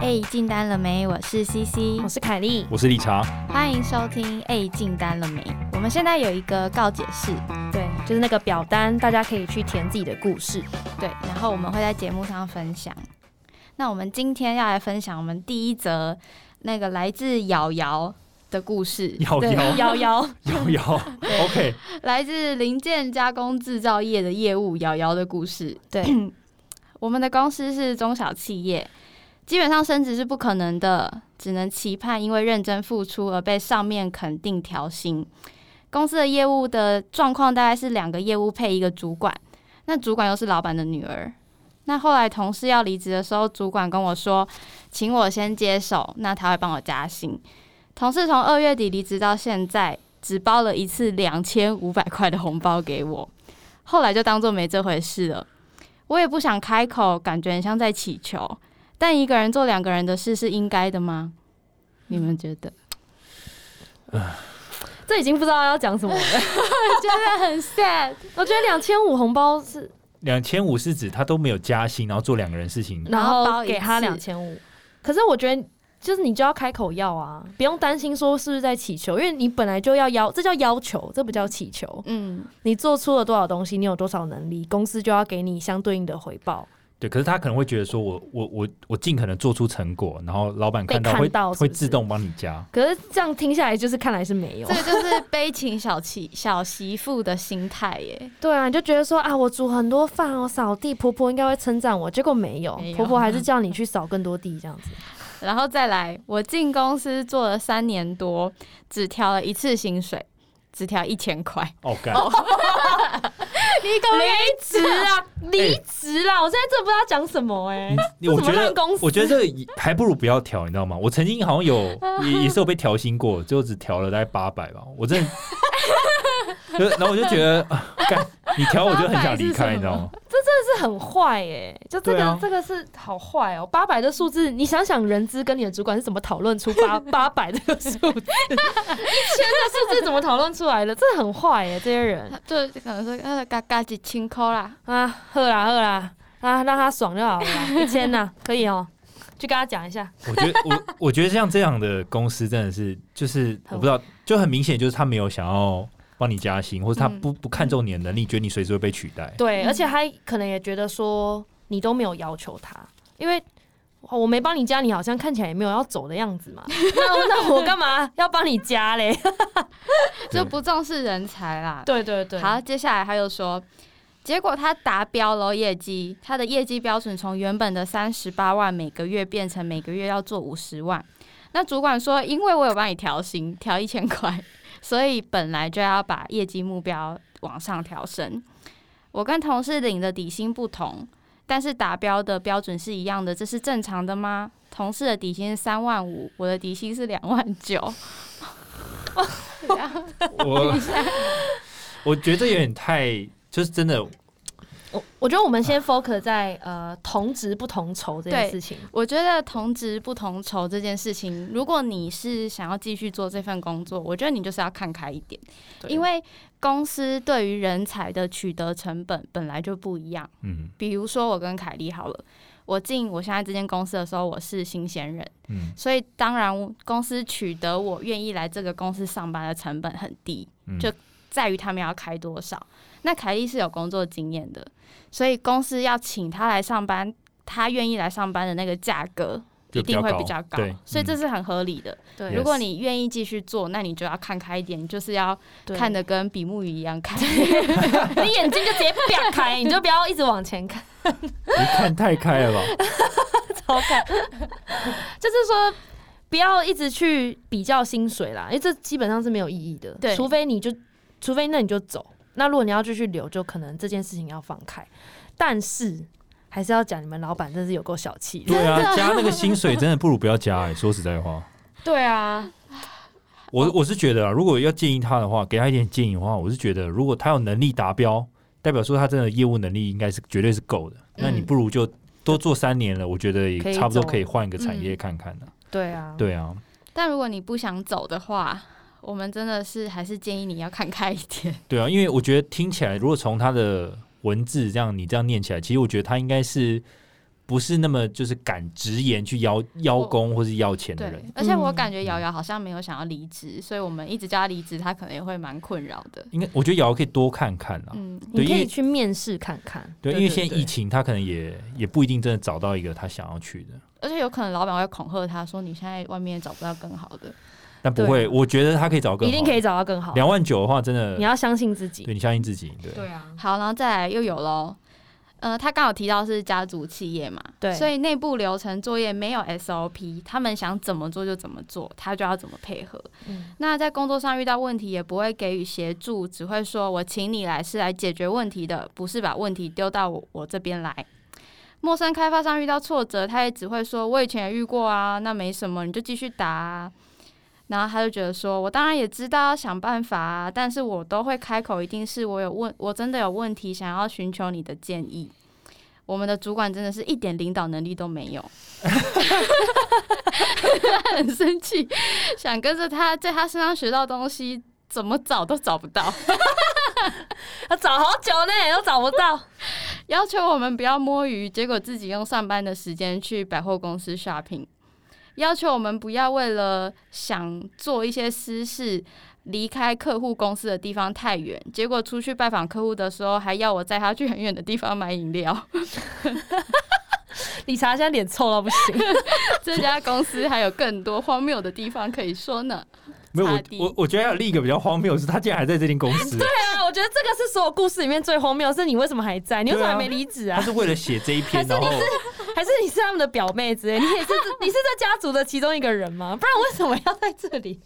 哎，进单了没？我是 CC，我是凯莉，我是理 查，欢迎收听。哎，进单了没？我们现在有一个告解室，对，就是那个表单，大家可以去填自己的故事。对，然后我们会在节目上分享。那我们今天要来分享我们第一则那个来自瑶瑶的故事，瑶对，瑶瑶瑶，瑶瑶 ，OK，来自零件加工制造业的业务瑶瑶的故事。对， 我们的公司是中小企业，基本上升职是不可能的，只能期盼因为认真付出而被上面肯定调薪。公司的业务的状况大概是两个业务配一个主管，那主管又是老板的女儿。那后来同事要离职的时候，主管跟我说，请我先接手，那他会帮我加薪。同事从二月底离职到现在，只包了一次两千五百块的红包给我，后来就当做没这回事了。我也不想开口，感觉很像在乞求。但一个人做两个人的事是应该的吗？你们觉 得？这已经不知道要讲什么了。觉得很 sad。 我觉得两千五红包是，两千五是指他都没有加薪，然后做两个人事情， 然后后包一给他次两千五，可是我觉得。就是你就要开口要啊，不用担心说是不是在乞求，因为你本来就要要，这叫要求，这不叫乞求。嗯，你做出了多少东西，你有多少能力，公司就要给你相对应的回报。对，可是他可能会觉得说我我我我尽可能做出成果，然后老板看到被看会到是不会是自动帮你加，可是这样听下来，就是看来是没有这。个 就是悲情小媳小媳妇的心态耶。对啊，你就觉得说啊，我煮很多饭，我扫地，婆婆应该会称赞我，结果没有，没有婆婆还是叫你去扫更多地这样 子。然后再来，我进公司做了三年多，只调了一次薪水，只调一千块。哦，干，你个离职啊，离职啦！我现在真的不知道讲什么 哎、你这我什么觉烂得公司？我觉得这个还不如不要调，你知道吗？我曾经好像有也也是有被调薪过，最后只调了大概八百吧，我真的 就，然后我就觉得，啊干、你调我就很想离800开，是你知道什吗？这是很坏哎、就这对个、啊这个是好坏哦、八百的数字，你想想人资跟你的主管是怎么讨论出 八八百这个数字，一千的数字怎么讨论出来的？这很坏哎、这些人就可能说，呃，嘎嘎几千块啦。啊，喝啦喝啦啊，让他爽就好了啦，一千呐、可以哦、去跟他讲一下。 我觉得我我觉得像这样的公司真的是，就是很我不知道，就很明显就是他没有想要帮你加薪，或者他嗯不、不看重你的能力，觉得你随时会被取 代。对，嗯而且他可能也觉得说你都没有要求他，因为哦我没帮你加，你好像看起来也没有要走的样子嘛。 那我那我干嘛要帮你加嘞？ 就不重视人才啦。对对对好，接下来他又说，结果他达标了业绩，他的业绩标准从原本的三十八万每个月变成每个月要做五十万。那主管说，因为我有帮你调薪，调一千块，所以本来就要把业绩目标往上调升。我跟同事领的底薪不同，但是达标的标准是一样的，这是正常的吗？同事的底薪是三万五，我的底薪是两万九。我我觉得有点太，就是真的我我觉得我们先 focus 在呃同职不同酬这件事情。我觉得同职不同酬这件事情，如果你是想要继续做这份工作，我觉得你就是要看开一点，对因为公司对于人才的取得成本本来就不一样。嗯比如说我跟凯莉好了，我进我现在这间公司的时候，我是新鲜人，嗯所以当然公司取得我愿意来这个公司上班的成本很低。嗯，就在于他们要开多少。那凯莉是有工作经验的，所以公司要请她来上班，她愿意来上班的那个价格就一定会比比较较高高对，嗯所以这是很合理的。对 Yes 如果你愿意继续做，那你就要看开一点，你就是要对看的跟比目鱼一样看。 你眼睛就直接 飙开，你就不要一直往前看，你看太开了吧？超看。就是说。不要一直去比较薪水啦，因为这基本上是没有意义的。对除非你就，除非那你就走。那如果你要继续留，就可能这件事情要放开。但是还是要讲，你们老 板真是有够小气的。对啊，加那个薪水真的不如不要加、欸。说实在话，对啊，我我是觉得啊，如果要建议他的话，给他一点建议的话，我是觉得，如果他有能力达标，代表说他真的业务能力应该是绝对是够的。那你不如就多做三年了，我觉得也可以差不多走可以换一个产业看看了、对啊，对啊，但如果你不想走的话，我们真的是还是建议你要看开一 点。对啊，因为我觉得听起来，如果从他的文字这样你这样念起来，其实我觉得他应该是不是那么就是敢直言去邀邀功或是要钱的对人，，而且我嗯感觉瑶瑶好像没有想要离职，所以我们一直叫她离职，她可能也会蛮困扰的。应该我觉得瑶瑶可以多看看啦。嗯，啊对你可因以为去面试看看。对，因为现在疫情，情，他可能也也不一定真的找到一个他想要去的，而且有可能老板会恐吓她说：“你现在外面也找不到更好的。但不对啊会，我觉得他可以找更一好的，定可以找到更好。两万九的话，真的你要相信自己。对你相信自己，对，啊”，好，然后再来又有喽。呃，他刚好提到是家族企业嘛，对所以内部流程作业没有 SOP，他们想怎么做就怎么做，他就要怎么配合。嗯那在工作上遇到问题也不会给予协助，只会说我请你来是来解决问题的，不是把问题丢到我我这边来。陌生开发商遇到挫折，他也只会说我以前也遇过啊，那没什么，你就继续打、啊。然后他就觉得说，我当然也知道要想办法啊，但是我都会开口，一定是我有问，我真的有问题，想要寻求你的建议。我们的主管真的是一点领导能力都没有， 他很生气，想跟着他在他身上学到东西，怎么找都找不到，要啊找好久呢，都找不到。要求我们不要摸鱼，结果自己用上班的时间去百货公司 shopping，要求我们不要为了想做一些私事。离开客户公司的地方太远，结果出去拜访客户的时候，还要我载他去很远的地方买饮料。 理查现在脸臭到不行。 这家公司还有更多荒谬的地方可以说呢。没有差我地我我觉得还有另一个比较荒谬的是，他竟然还在这间公 司，对啊，我觉得这个是所有故事里面最荒谬，是你为什么还在？你为什么还没离职他啊？是为了写这一篇，然后还是你是他们的表妹之类？你也是这 你是这家族的其中一个人吗？不然为什么要在这里？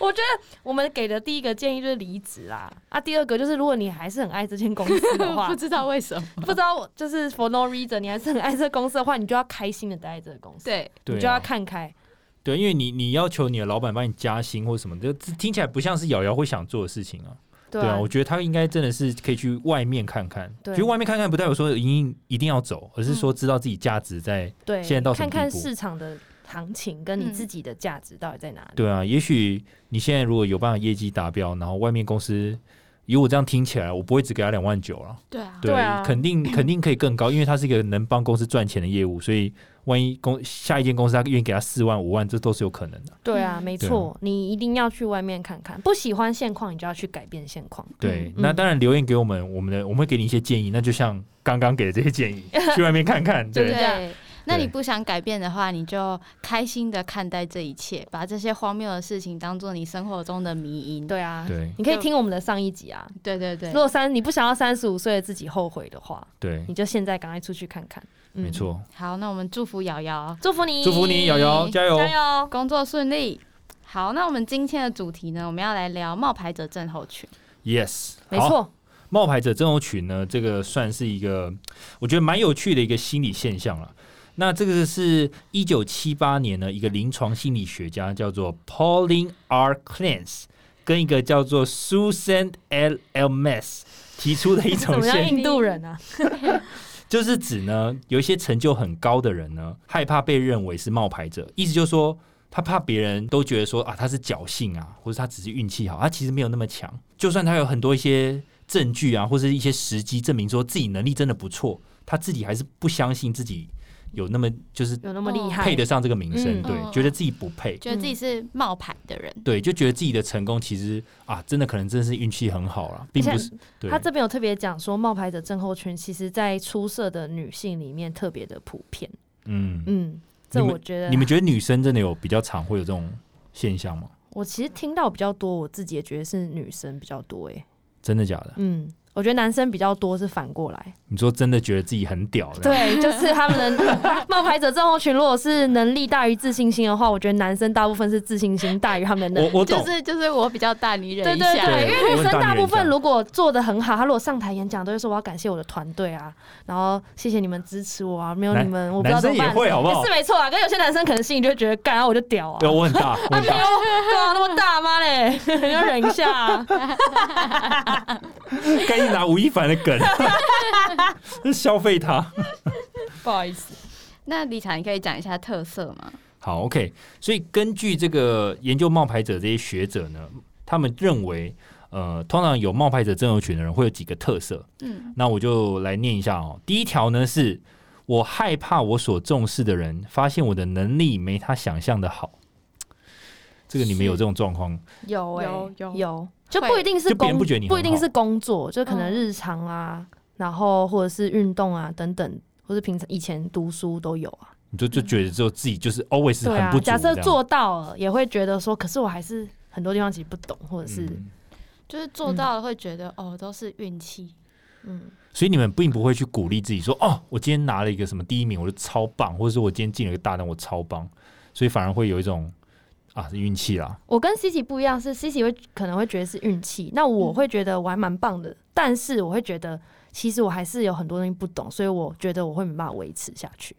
我觉得我们给的第一个建议就是离职啦，啊，第二个就是如果你还是很爱这间公司的 话不，知道为什么，不知道就是 for no reason，你还是很爱这个公司的话，你就要开心的待在这个公司，对，对你就要啊看开。对，因为你你要求你的老板帮你加薪或什么的，这听起来不像是瑶瑶会想做的事情啊。对啊，我觉得他应该真的是可以去外面看看。对嗯去外面看看，不代表说一定一定要走，而是说知道自己价值在。对，现在到什么看看地步市场的行情跟你嗯自己的价值到底在哪里。对啊，也许你现在如果有办法业绩达标，然后外面公司，以我这样听起来，我不会只给他两万九了。对啊，对，对啊肯定 肯定可以更高，因为它是一个能帮公司赚钱的业务，所以万一公下一间公司他愿意给他四万五万，这都是有可能的。对啊，嗯没对啊错，你一定要去外面看看。不喜欢现况，你就要去改变现况。对，嗯那当然留言给我们，我们的我们会给你一些建议，那就像刚刚给的这些建议，嗯去外面看看，对对不对对对，那你不想改变的话，你就开心的看待这一切，把这些荒谬的事情当做你生活中的迷因。对啊，对你可以听我们的上一集啊。对对如对，果三你不想要三十五岁的自己后悔的话，你就现在赶快出去看看。嗯没，错。好，那我们祝福瑶瑶祝福你，祝福你，瑶瑶加油！加油！工作顺利。好，那我们今天的主题呢，我们要来聊冒牌者症候群。 Yes，没好。 错，冒牌者症候群呢，这个算是一个我觉得蛮有趣的一个心理现象了。那这个是一九七八年呢，一个临床心理学家叫做 Pauline R. Clance，跟一个叫做 Susan L. L. Mess 提出的 一怎种么样？现，印度人啊，就是指呢，有一些成就很高的人呢，害怕被认为是冒牌者，意思就是说。他怕别人都觉得说啊，他是侥幸啊，或者他只是运气好，他其实没有那么强。就算他有很多一些证据啊，或是一些时机证明说自己能力真的不错，他自己还是不相信自己有那么就是有那么厉害？配得上这个名声，嗯对，嗯觉得自己不配，觉得自己是冒牌的人，对，就觉得自己的成功其实啊，真的可能真的是运气很好啦，并不是对他这边有特别讲说，冒牌者症候群其实在出色的女性里面特别的普遍。嗯。嗯，这你们我觉得你们觉得女生真的有比较常会有这种现象吗？我其实听到比较多，我自己也觉得是女生比较多哎、欸真的假的？嗯，我觉得男生比较多是反过来，你说真的觉得自己很屌？，对，就是他们的 冒牌者症候群，如果是能力大于自信心的话，我觉得男生大部分是自信心大于他们的能我力。我懂就，是就是我比较大，你对忍一对下。对，因对为女生我很大大女人部分家如果做的很好，她如果上台演讲，都会说我要感谢我的团队啊，然后谢谢你们支持我啊，没有男你们我不知道男怎生么也办。会好不好 也是？没错啊，跟有些男生可能心里就会觉得，干、啊、我就屌 啊，对，我很大，我很没有，大。对啊，那么大妈嘞， 你要忍一下、啊。赶紧拿吴亦凡的 梗， 消费他。 不好意思，那理查，你可以讲一下特色吗？好，OK。所以根据这个研究冒牌者这些学者呢，他们认为，呃，通常有冒牌者症候群的人会有几个特色。嗯，那我就来念一下哦。第一条呢是，我害怕我所重视的人发现我的能力没他想象的好。这个你们有这种状况？有哎、有有有，就会不一定是就别人工不觉得你很一定是工作，就可能日常啊，然后或者是运动啊等等，或是平常以前读书都有啊。你就就觉得就自己就是 always 对很啊不，足这假样。设做到了，也会觉得说，可是我还是很多地方其实不懂，或者是嗯就是做到了会觉得、哦，都是运气。嗯，所以你们并不会去鼓励自己说，哦，我今天拿了一个什么第一名，我就超棒，或者是我今天进了一个大单，我超棒，所以反而会有一种啊是运气啦。我跟西奇不一样，是西奇会可能会觉得是运气，那我会觉得我还蛮棒的，但是我会觉得其实我还是有很多东西不懂，所以我觉得我会没办法维持下去。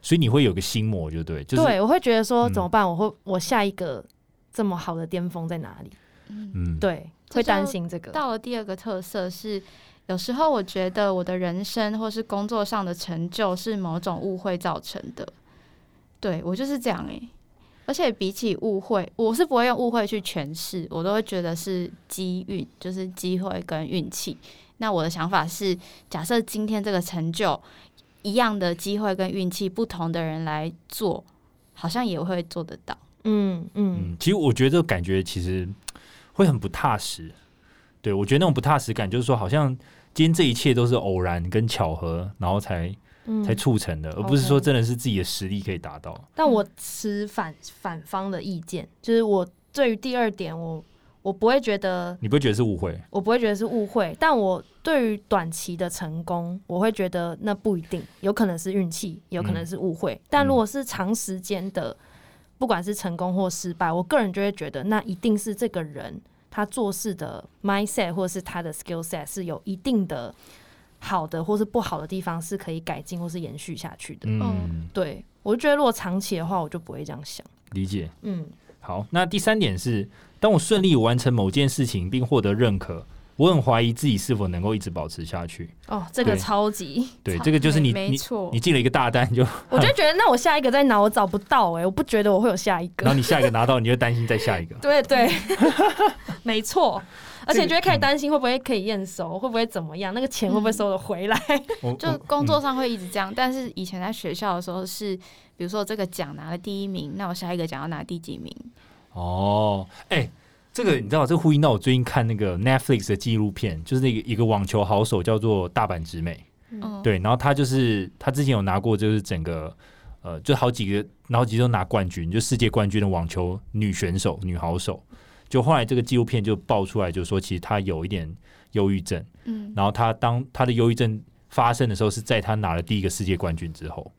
所以你会有个心魔，就对，就是对，我会觉得说嗯怎么办？我会我下一个这么好的巅峰在哪里？嗯，嗯，对，这会就担心这个。到了第二个特色是，有时候我觉得我的人生或是工作上的成就是某种误会造成的。对我就是这样诶、而且比起误会，我是不会用误会去诠释，我都会觉得是机遇，就是机会跟运气。那我的想法是，假设今天这个成就一样的机会跟运气，不同的人来做，好像也会做得到。嗯嗯嗯，其实我觉得这个感觉其实会很不踏实。对我觉得那种不踏实感，就是说好像今天这一切都是偶然跟巧合，然后才嗯才促成的，而不是 OK 说真的是自己的实力可以达到。但我持反反方的意见，就是我对于第二点，我我不会觉得，你不会觉得是误会？我不会觉得是误会，但我对于短期的成功，我会觉得那不一定，有可能是运气，有嗯可能是误会。但如果是长时间的，不管是成功或失败，我个人就会觉得那一定是这个人他做事的 mindset 或是他的 skill set 是有一定的好的或是不好的地方是可以改进或是延续下去的。嗯，对，我就觉得如果长期的话，我就不会这样想。理解。嗯，好，那第三点是，当我顺利完成某件事情并获得认可，我很怀疑自己是否能够一直保持下去。哦，这个对超级，对，操这个就是你没你没错你，进了一个大单，你就我就觉得那我下一个在哪？我找不到哎、我不觉得我会有下一然后个。你下一个拿到，你就担心再下一个。对 对，没错，而且就会开始担心会不会可以验收，会不会怎么样，那个钱会不会收得回来？我就工嗯作上会一直这样，但是以前在学校的时候是，比如说这个奖拿了第一名，那我下一个奖要拿第几名？哦，哎、这个你知道，这呼应到我最近看那个 Netflix 的纪录片，就是那个一个网球好手叫做大阪直美，哦嗯，对，然后他就是他之前有拿过，就是整个呃，就好几个，然后几个都拿冠军，就世界冠军的网球女选手、女好手。就后来这个纪录片就爆出来，就说其实她有一点忧郁症，嗯，然后她当她的忧郁症发生的时候，是在她拿了第一个世界冠军之后，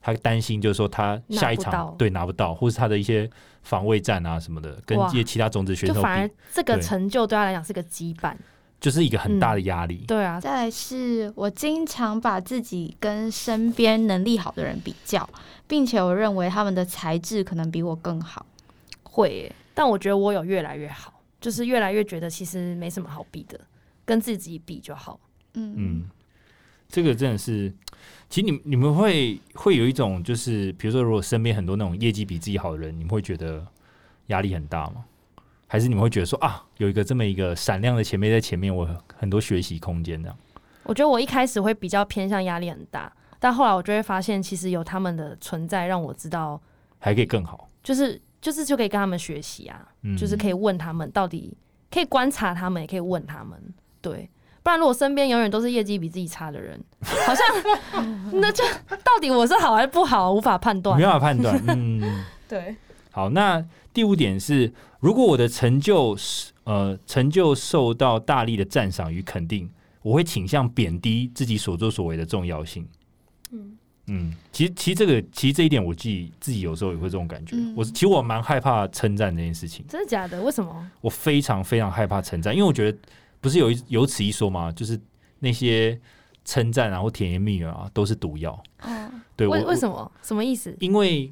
她担心就是说她下一拿不到场对拿不到，或是她的一些防卫战啊什么的，跟哇一些其他种子选就手反而比，这个对成就对他来讲是个羁绊。就是一个很大的压力。对啊，再来是我经常把自己跟身边能力好的人比较，并且我认为他们的才智可能比我更好。会耶。但我觉得我有越来越好，就是越来越觉得其实没什么好比的，跟自己比就好。嗯嗯，这个真的是，其实你你们会会有一种就是，比如说，如果身边很多那种业绩比自己好的人，你们会觉得压力很大吗？还是你们会觉得说啊，有一个这么一个闪亮的前辈在前面，我很多学习空间这样？我觉得我一开始会比较偏向压力很大，但后来我就会发现，其实有他们的存在，让我知道，还可以更好，就是就是就可以跟他们学习啊，嗯，就是可以问他们到底，可以观察他们，也可以问他们，对。不然，如果身边永远都是业绩比自己差的人，好像 那就到底我是好还是不好，无法判断没。啊办法判断。嗯，对，好，那第五点是，如果我的成就是呃成就受到大力的赞赏与肯定，我会倾向贬低自己所作所为的重要性。嗯嗯，其实其实这个其实这一点我自己自己有时候也会这种感觉。嗯我是其实我蛮害怕称赞这件事情，真的假的？为什么？我非常非常害怕称赞，因为我觉得不是有一有此一说吗？就是那些称赞然后甜言蜜语啊都是毒药。哦，对我为为我什么？什么意思？因为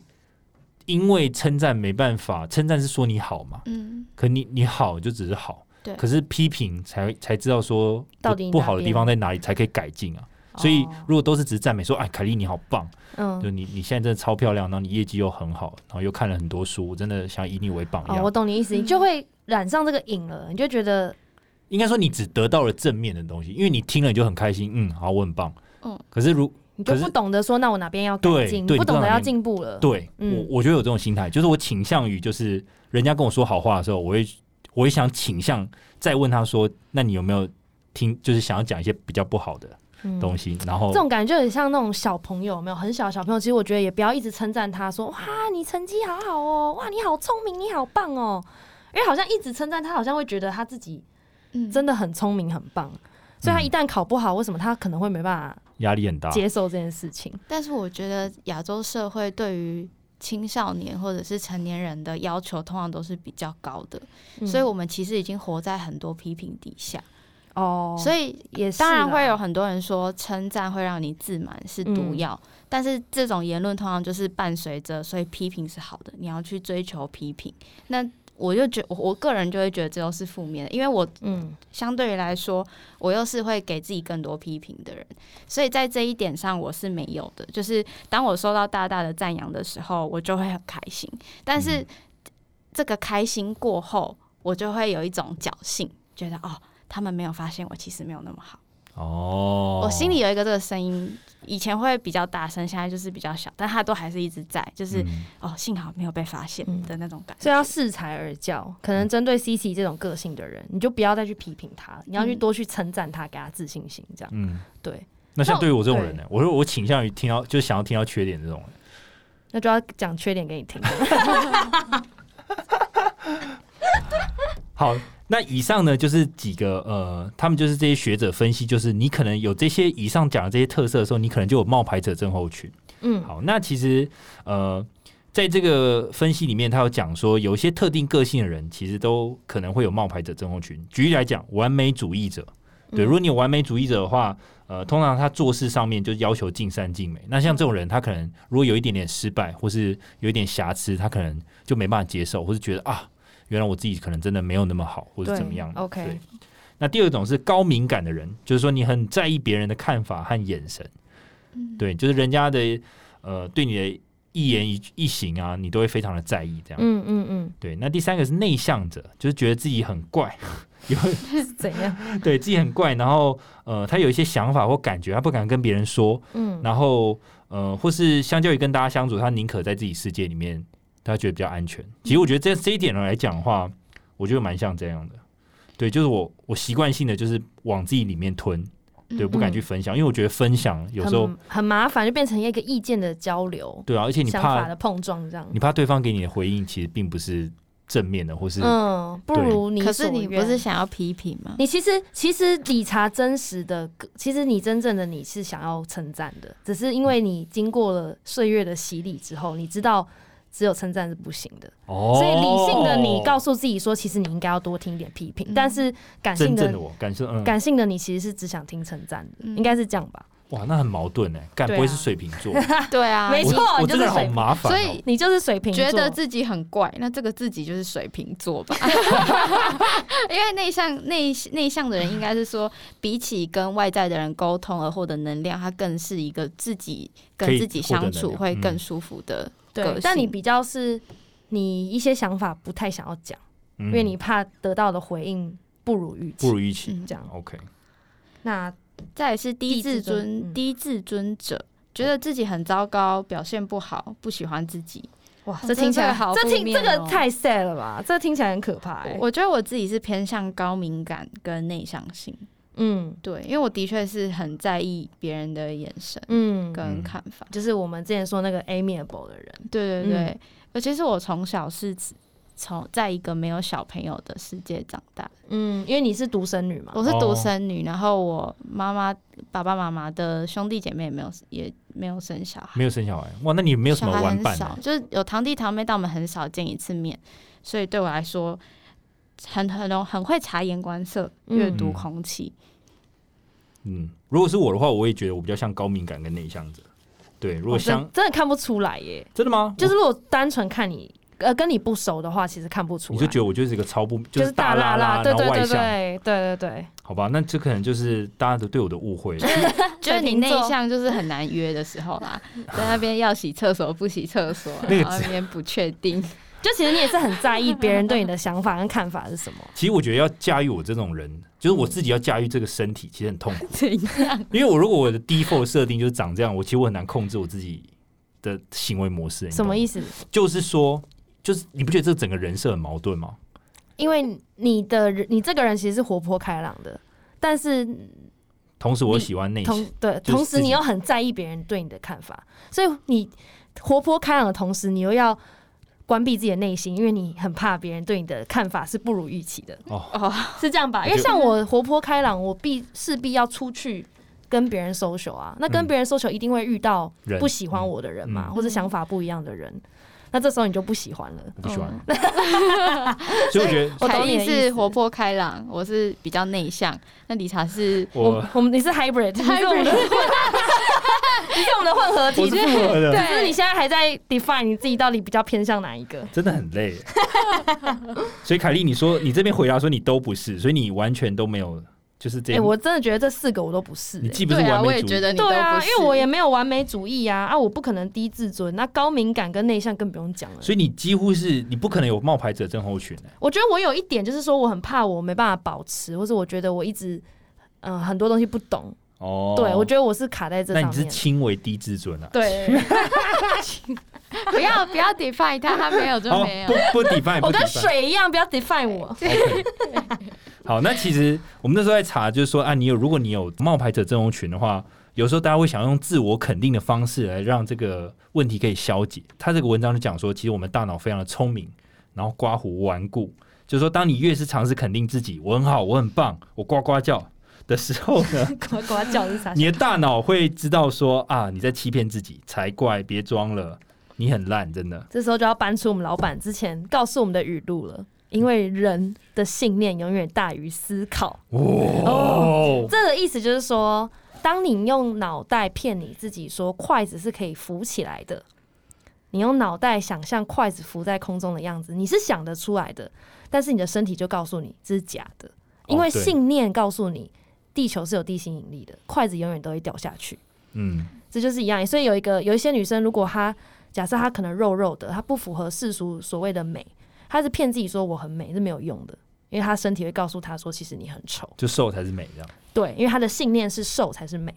因为称赞没办法，称赞是说你好嘛，嗯，可你你好就只是好，对可是批评才才知道说到底不哪不好的地边方在哪里，才可以改进啊。所以哦如果都是只是赞美说，哎，凯莉你好棒。嗯，就你你现在真的超漂亮，然后你业绩又很好，然后又看了很多书，我真的想以你为榜哦，样。我懂你意思，你就会染上这个瘾了，你就觉得应该说你只得到了正面的东西，因为你听了你就很开心，嗯，好，我很棒。嗯可是如你就可是不懂得说，那我哪边要改对进，对不懂你得知道哪要边进步了。对、嗯我，我觉得有这种心态，就是我倾向于就是人家跟我说好话的时候，我会我会想倾向再问他说，那你有没有听？就是想要讲一些比较不好的嗯东西，然后这种感觉就很像那种小朋友，有没有很小的小朋友。其实我觉得也不要一直称赞他说，哇，你成绩好好哦，哇，你好聪明，你好棒哦。因为好像一直称赞他，好像会觉得他自己嗯真的很聪明、很棒。所以他嗯一旦考不好，为什么他可能会没办法压力很大。接受这件事情？但是我觉得亚洲社会对于青少年或者是成年人的要求通常都是比较高的，嗯所以我们其实已经活在很多批评底下，哦，所以以也是当然啦会有很多人说称赞会让你自满是毒药，嗯但是这种言论通常就是伴随着，所以批评是好的，你要去追求批评。那我就觉我我个人就会觉得这都是负面的，因为我嗯相对于来说，我又是会给自己更多批评的人，所以在这一点上我是没有的。就是当我收到大大的赞扬的时候，我就会很开心，但是嗯这个开心过后，我就会有一种侥幸，觉得哦，他们没有发现我其实没有那么好。哦，我心里有一个这个声音，以前会比较大声，现在就是比较小，但它都还是一直在，就是、嗯哦，幸好没有被发现嗯的那种感觉。所以要适才而教，可能针对 C C 这种个性的人，你就不要再去批评他，你要去嗯多去称赞他，给他自信心，这样嗯，对。那像那对于我这种对人呢，我说我倾向于听到就是想要听到缺点这种人，那就要讲缺点给你听。好，那以上呢就是几个呃，他们就是这些学者分析，就是你可能有这些以上讲的这些特色的时候，你可能就有冒牌者症候群。嗯，好，那其实呃，在这个分析里面，他有讲说，有一些特定个性的人，其实都可能会有冒牌者症候群。举例来讲，完美主义者，对，嗯如果你有完美主义者的话，呃，通常他做事上面就要求尽善尽美。那像这种人，他可能如果有一点点失败，或是有一点瑕疵，他可能就没办法接受，或是觉得啊，原来我自己可能真的没有那么好，或是对怎么样的。 OK 对那第二种是高敏感的人，就是说你很在意别人的看法和眼神，对，就是人家的呃对你的一言一一行啊，你都会非常的在意这样。嗯嗯嗯，对，那第三个是内向者，就是觉得自己很怪， 有 是怎样？对自己很怪，然后呃，他有一些想法或感觉，他不敢跟别人说，嗯，然后呃，或是相较于跟大家相处，他宁可在自己世界里面，他觉得比较安全。其实我觉得这这一点来讲的话，我觉得蛮像这样的。对，就是我我习惯性的就是往自己里面吞，对，嗯不敢去分享，因为我觉得分享有时候嗯很很麻烦，就变成一个意见的交流，对啊，而且你想怕法的碰撞这样你。怕对方给你的回应其实并不是正面的，或是、嗯，不如你可是所你不愿是想要批评吗？你其实其实理查真实的，其实你真正的你是想要称赞的，只是因嗯为你经过了岁月的洗礼之后，你知道只有称赞是不行的，哦所以理性的你告诉自己说，其实你应该要多听一点批评，嗯但是感性真的正的我感受，嗯，感性的你其实是只想听称赞的，嗯应该是这样吧？哇，那很矛盾哎，干对不啊会是水瓶座？对啊，没我错我你就是这个人好水瓶麻烦、哦，所以你就是水瓶座，觉得自己很怪，那这个自己就是水瓶座 吧。因为内向内内向的人，应该是说，比起跟外在的人沟通而获得能量，他更是一个自己可跟以自己获得相能处量会嗯更舒服的。个对性，但你比较是你一些想法不太想要讲，因因为你怕得到的回应不如预期嗯不，如预期。嗯这样。 OK，那再也是低低自自尊尊嗯低自尊者，觉得自己很糟糕，表现不好，不喜欢自己。哇，这听起来个哦好这负听面这哦个太 sad 了吧？这听起来很可怕、欸。我觉得我自己是偏向高敏感跟内向性，嗯对，因为我的确是很在意别人的眼神嗯，跟看法。就是我们之前说那个 amiable 的人，对嗯对对，尤其是我从小是从在一个没有小朋友的世界长大，嗯，因为你是独生女嘛，我是哦独生女，然后我妈妈、爸爸妈妈的兄弟姐妹也没有，也没有生小孩，没有生小孩，哇，那你没有什小么孩玩很伴、少啊，，就是有堂弟堂妹，但我们很少见一次面，所以对我来说。很很容很会察言观色，阅读嗯空气。嗯，如果是我的话，我也觉得我比较像高敏感跟内向者。对，如果哦我真相、真的看不出来耶。真的吗？就是如果单纯看你，呃，跟你不熟的话，其实看不出我你来。就觉得我就是一个超不就是是大辣拉，对然对后外对向，对对对对，好吧？那这可能就是大家都对我的误会了。就是你水内瓶座向，就是很难约的时候啦，在那边要洗厕所不洗厕所，那个然后那边不确定。 就其实你也是很在意别人对你的想法跟看法是什 么。其实我觉得要驾驭我这种人，就是我自己要驾驭这个身体，其实很痛苦。怎 样？因为我如果我的 default 设定就是长这样，我其实我很难控制我自己的行为模式。你懂什吗么意思？就是说，就是你不觉得这整个人设很矛盾吗？因为你的人，你这个人其实是活泼开朗的，但是同时，我又你喜欢内同向，对，就是同自时己你又很在意别人对你的看法，所以你活泼开朗的同时，你又要关闭自己的内心，因为你很怕别人对你的看法是不如预期的，哦，哦，是这样吧？我因为觉得像我活泼开朗，我必势必要出去。跟别人 social 啊，那跟嗯别人 social 一定会遇到人不喜欢我的人嘛，嗯或者想法不一样的人，那这时候你就不喜欢了。我不喜欢。哦 所以我 觉得我凯懂莉你的意是思活泼开朗，我是比较内向。那理查是我我们你是 hybrid，你是我们的 你是我们的混合体，我是复合的，对，只是你现在还在 define 你自己到底比较偏向哪一个？真的很累。 所以凯莉，你说你这边回答说你都不是，所以你完全都没有，就是这哎、样。我真的觉得这四个我都不是、你欸。既不是对啊，完我美也主觉义，得你都不对是，啊，因为我也没有完美主义啊，啊，我不可能低自尊，那高敏感跟内向更不用讲了。所以你几乎是你不可能有冒牌者症候群的。我觉得我有一点就是说，我很怕我没办法保持，或者我觉得我一直嗯、呃很多东西不懂。哦对，我觉得我是卡在这那上你是 面。轻微低自尊啊？对， 不要不要 define 他，他没有就哦没，有。不不 define，我不跟 define。水一样，不要 define 我。 OK 好，那其实我们那时候在查，就是说啊，你有如果你有冒牌者症候群的话，有时候大家会想用自我肯定的方式来让这个问题可以消解。他这个文章就讲说，其实我们大脑非常的聪明，然后刮胡顽固，就是说，当你越是尝试肯定自己，我很好，我很棒，我呱呱叫的时候呢， 呱呱叫是 啥？你的大脑会知道说啊，你在欺骗自己，才怪，别装了，你很烂，真的。这时候就要搬出我们老板之前告诉我们的语录了，因为人的信念永远大于思考。哦，这个意思就是说，当你用脑袋骗你自己说筷子是可以浮起来的，你用脑袋想象筷子浮在空中的样子，你是想得出来的，但是你的身体就告诉你这是假的，因为对信念告诉你地球是有地心引力的，筷子永远都会掉下去。嗯，这就是一样。所以有一个有一些女生，如果她假设她可能肉肉的，她不符合世俗所谓的美，她是骗自己说我很美是没有用的，因为她身体会告诉她说其实你很丑。就瘦才是美，这样。对，因为她的信念是瘦才是美，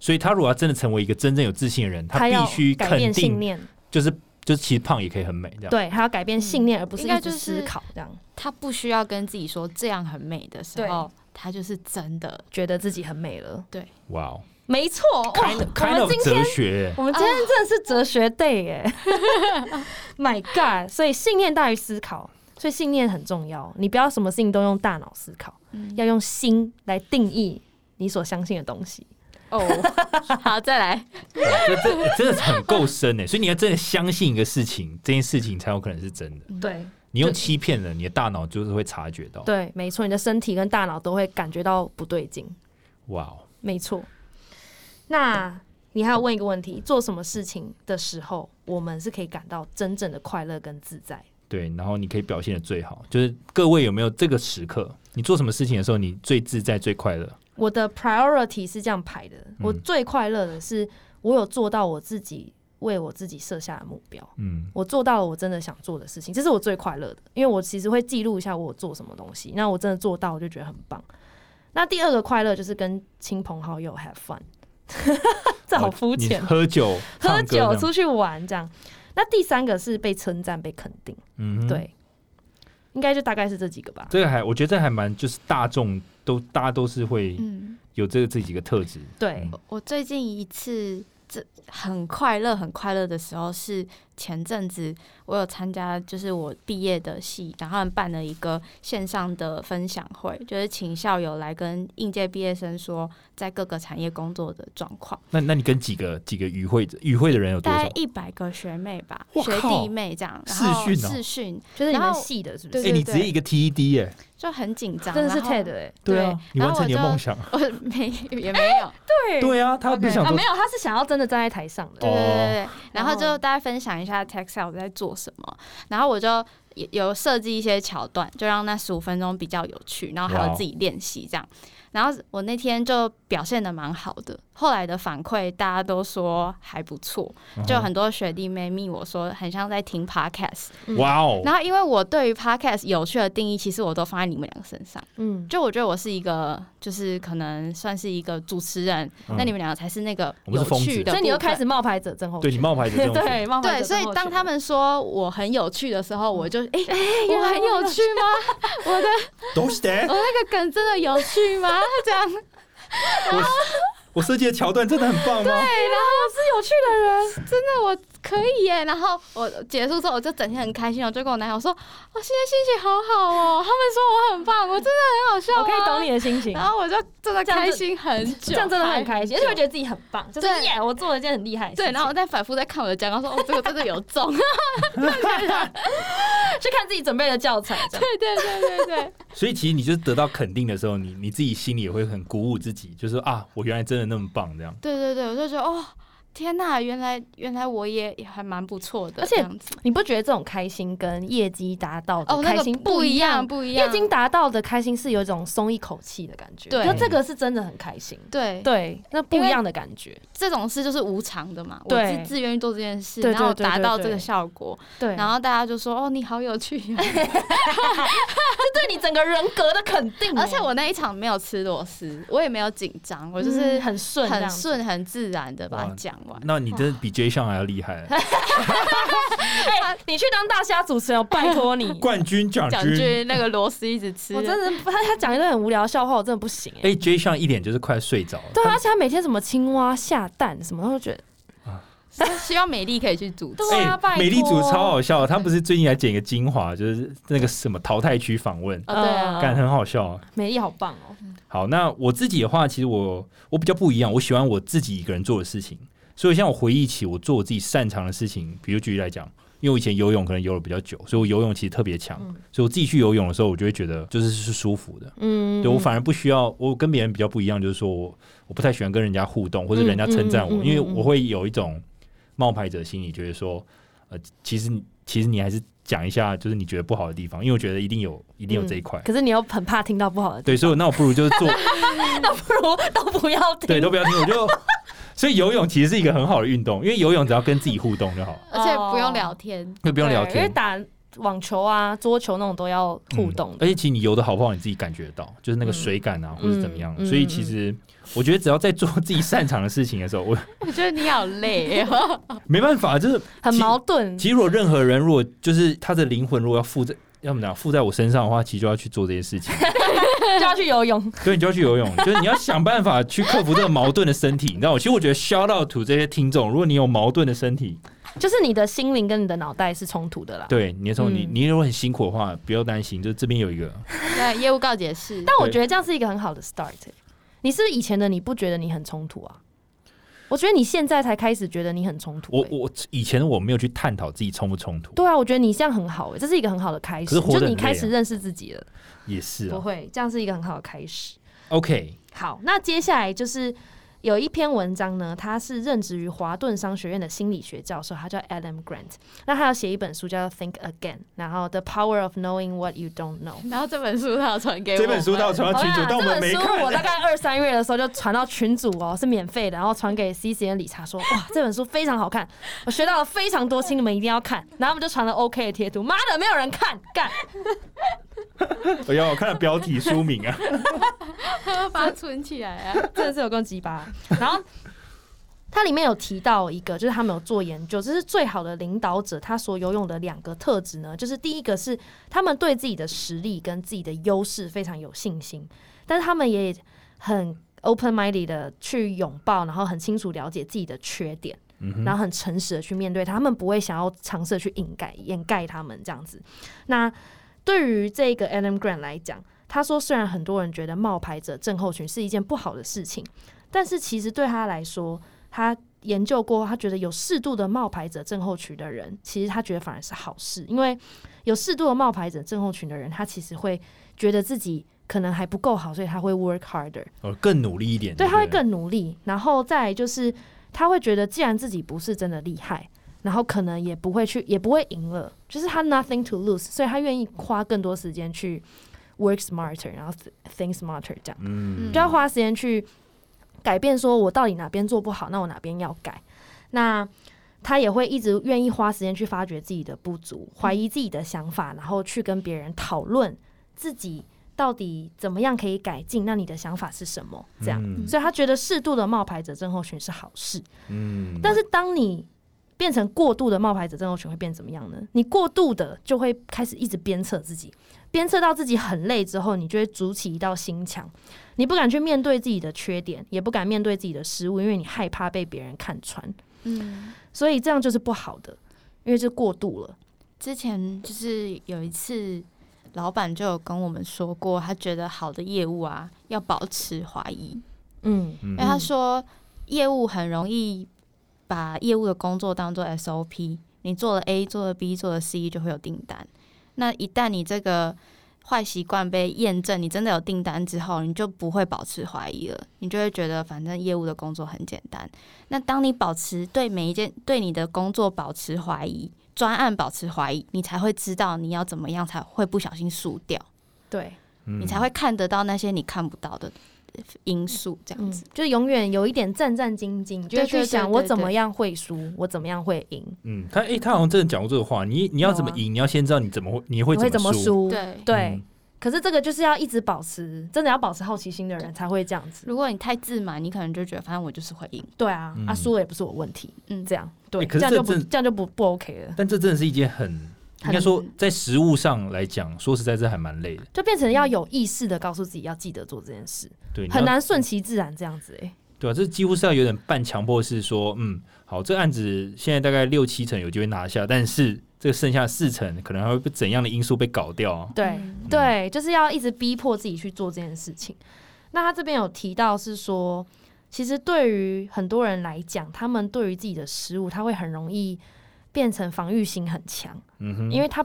所以他如果要真的成为一个真正有自信的人，她必要须改肯变信定，念，就是就是其实胖也可以很美，这样。对，她要改变信念，而不是应该一直就是思考这样， 他不需要跟自己说这样很美的时候，他就是真的。觉得自己很美了。哇哦没错，哇， ，kind 我 of- 们 kind of 今天哲学欸，我们今天真的是哲学 day 耶 ，My God！所以信念大于思考，所以信念很重要。你不要什么事情都用大脑思考，要用心来定义你所相信的东西。哦， 好，再来。哇这这真的是很够深欸诶。所以你要真的相信一个事情，这件事情才有可能是真的。对你用欺骗了，你的大脑就是会察觉到。对，没错，你的身体跟大脑都会感觉到不对劲。哇哦，没错。那你还要问一个问题：做什么事情的时候，我们是可以感到真正的快乐跟自在？对，然后你可以表现的最好。就是各位有没有这个时刻，你做什么事情的时候，你最自在、最快乐？我的 priority 是这样排的，嗯我最快乐的是我有做到我自己为我自己设下的目标，嗯，我做到了我真的想做的事情，这是我最快乐的，因为我其实会记录一下我做什么东西，那我真的做到，我就觉得很棒。那第二个快乐就是跟亲朋好友 have fun，这好肤啊哦你浅，喝酒、 喝唱歌这样酒出去玩这样。那第三个是被称赞、被肯定，嗯哼，对，应该就大概是这几个吧。这个还我觉得这还蛮就是大众都大家都是会嗯，有这个这几个特质。对，我我最近一次这很快乐、很快乐的时候是前阵子，我有参加就是我毕业的系，然后他们办了一个线上的分享会，就是请校友来跟应届毕业生说在各个产业工作的状况。那那你跟几个几个与会者与会的人有多大概少？一百个学妹吧，哇学靠弟妹这样，然视后讯哦视讯就是你然们后系的，是不对是？哎、你直接一个 TED 哎、就很紧张，真的是然后 TED 哎、对啊你然完后成你的我就梦想。 我没也没有，对对啊，他不是想啊，说没有，他是想要真的站在台哦上的。对对对对，然后然后就大家分享一下 t e x t i l 在做什么，然后我就也有设计一些桥段，就让那十五分钟比较有趣，然后还哇哦有自己练习这样。然后我那天就表现的蛮好的，后来的反馈大家都说还不错，嗯就很多学弟妹密我说很像在听 podcast，、嗯哇哦，然后因为我对于 podcast 有趣的定义，其实我都放在你们两个身上。嗯，就我觉得我是一个，就是可能算是一个主持人，嗯那你们两个才是那个我们有是疯子趣的部分，所以你又开始冒牌者症候对群，你冒牌者这种事，对，冒 牌对，者所症候群以当他们说我很有趣的时候，我就 哎、嗯原我来很我有有趣 吗？我的都是的。我那个梗真的有趣 吗？这样哎我设计的桥段真的很棒吗？哦是有趣的人，啊真的我可以耶。然后我结束之后，我就整天很开心，我就跟我男友说，我、现在心情好好哦、他们说我很棒，我真的很好笑、啊我可以懂。你的心情然。后我就真的这样开子心很久， 这样真的很开心，而且我觉得。得自己很棒，就是对耶，我做了一件很厉害的事对，情。然后我再反复再看我的讲稿，说哦，这个真的有 中，去看自己准备的教材，这样对对对对对，所以其实你就是得到肯定的时候，你你自己心里也会很鼓舞自己，就是啊，我原来真的那么棒这样。 对对对，我就觉得哦，天呐，原来原来我也也还蛮不错的，而且这样子你不觉得这种开心跟业绩达到哦的，那开个心不一一样，？不一样，业绩达到的开心是有一种松一口气的感觉，对就这个是真的很开心。对对，那不一样的感觉。这种事就是无偿的嘛，我对自自愿意做这件事，对对然后对达对到对这个效果，对，然后大家就说哦，你好有趣啊、 这对你整个人格的肯定，哦而且我那一场没有吃螺丝，我也没有紧张，我就是嗯很顺，很。顺很自然的把它哇嗯讲完。那你真的比 J 上还要厉害，。哎，你去当大虾主持人，我拜托你 冠军奖讲军。句那个螺丝一直吃，我真的不，他他讲一堆很无聊的笑话，我真的不行哎。哎，J 上一点就是快睡着了。对啊，而且他每天什么青蛙下蛋什么，我都觉得的 希望美丽可以去主持。对啊拜托哎美丽组超好笑的，她不是最近还剪一个精华，就是那个什么淘汰区访问，哦对啊嗯感很好笑啊。美丽好棒哦。好，那我自己的话，其实我我比较不一样，我喜欢我自己一个人做的事情。所以像我回忆起我做我自己擅长的事情，比如举例来讲，因为我以前游泳可能游的比较久，所以我游泳其实特别强。嗯所以我自己去游泳的时候，我就会觉得就是是舒服的。嗯，对我反而不需要，我跟别人比较不一样，就是说我我不太喜欢跟人家互动，或者嗯人家称赞我，嗯嗯嗯因为我会有一种冒牌者心理，觉得说，呃，其实你其实你还是讲一下，就是你觉得不好的地方，因为我觉得一定有一定有这一块。可是你又很怕听到不好的，对，所以我那我不如就是 做，那不如都不要听。对，都不要听，我就。所以游泳其实是一个很好的运动，因为游泳只要跟自己互动就好，而且不用聊天，就不用聊对因为天。嗯打网球啊、桌球那种都要互动的。而且其实你游的好不好，你自己感觉得到，就是那个嗯水感啊，或者怎么样。嗯嗯所以其实我觉得只要在做自己擅长的事情的时候，哦我我觉得你好累哦。没办法，就是很矛盾。其实，如果任何人如果就是他的灵魂，如果要附在，要怎么讲，附在我身上的话，其实就要去做这 些事情。就要去游泳， 所以你就要去游泳，就是你要想办法去克服这个矛盾的身体。你知道，我其实我觉得 shout out to 这些听众，如果你有矛盾的身体，就是你的心灵跟你的脑袋是冲突的啦。对你的时候，你嗯你如果很辛苦的话，不要担心，就是这边有一个， 对，业务告解是，但我觉得这样是一个很好的 start 欸、你是不是以前的你不觉得你很冲突啊？我觉得你现在才开始觉得你很冲突欸、我我以前我没有去探讨自己冲不冲突，对啊，我觉得你这样很好、欸，这是一个很好的开可始，是活得就很你累啊开始认识自己了。也是不啊。会，这样是一个很好的开始。 OK，好，那接下来就是有一篇文章呢，他是任职于华顿商学院的心理学教授，他叫 Adam Grant。那他要写一本书叫《Think Again》，然后《The Power of Knowing What You Don't Know》。然后这本书他有传给我，到传好啦，这本哎书我大概二三月的时候就传到群组哦，是免费的，然后传给 C C N 理查说，哇，这本书非常好看，我学到了非常多，请你们一定要看。然后我们就传了 OK 的贴图，妈的，没有人看，干，我哦要我看了标题书 名啊， 把它存起来啊。真的是有够鸡巴。然后它里面有提到一个，就是他们有做研究，就是最好的领导者他所拥有的两个特质呢，就是第一个是他们对自己的实力跟自己的优势非常有信心，但是他们也很 open minded 的去拥抱，然后很清楚了解自己的缺点。嗯哼然后很诚实的去面对它，他们不会想要尝试地去掩盖掩盖他们这样子。那对于这个 Adam Grant 来讲，他说虽然很多人觉得冒牌者症候群是一件不好的事情，但是其实对他来说，他研究过，他觉得有适度的冒牌者症候群的人，其实他觉得反而是好事，因为有适度的冒牌者症候群的人，他其实会觉得自己可能还不够好，所以他会 work harder。我更努力一点，对，不他会更努力，然后再来就是他会觉得，既然自己不是真的厉害，然后可能也不会去，也不会赢了，就是他 nothing to lose，所以他愿意花更多时间去 work smarter，然后 th- think smarter 这样，嗯就要花时间去改变说我到底哪边做不好，那我哪边要改。那他也会一直愿意花时间去发掘自己的不足，怀疑自己的想法，然后去跟别人讨论自己到底怎么样可以改进。那你的想法是什么？这样，嗯所以他觉得适度的冒牌者症候群是好事。嗯，但是当你变成过度的冒牌者症候群，会变怎么样呢？你过度的就会开始一直鞭策自己，鞭策到自己很累之后，你就会筑起一道心墙，你不敢去面对自己的缺点，也不敢面对自己的失误，因为你害怕被别人看穿，嗯，所以这样就是不好的，因为这过度了。之前就是有一次，老板就有跟我们说过，他觉得好的业务啊，要保持怀疑，嗯因为他说业务很容易把业务的工作当做 SOP，你做了 A，做了 B，做了 C 就会有订单。那一旦你这个坏习惯被验证，你真的有订单之后，你就不会保持怀疑了，你就会觉得反正业务的工作很简单。那当你保持对每一件对你的工作保持怀疑，专案保持怀疑，你才会知道你要怎么样才会不小心输掉，对，你你才会看得到那些你看不到的因素，这样嗯子。，就是永远有一点战战兢兢，你就对会对去对想对我对怎么样会输，我怎么样会赢，嗯，他诶，他好像真的讲过这个话。你你要怎么赢，你要先知道你怎么会，你会啊我会怎么输。输？对对嗯。可是这个就是要一直保持，真的要保持好奇心的人才会这样子。如果你太自满，你可能就觉得反正我就是会赢。对啊，嗯啊输了也不是我问题，嗯，这样对，欸可是这样这就不真这样就不不 OK 了，但这真的是一件很，应该说在实物上来讲，说实在，这还蛮累的。就变成要有意识的告诉自己要记得做这件事，对，你很要难顺其自然这样子哎、对啊，这几乎是要有点半强迫，是说，嗯，好，这个案子现在大概六七成有机会拿下，但是这剩下四成可能还会被怎样的因素被搞掉啊？对、嗯对，就是要一直逼迫自己去做这件事情。那他这边有提到是说，其实对于很多人来讲，他们对于自己的失误，他会很容易变成防御心很强，嗯哼，因为为他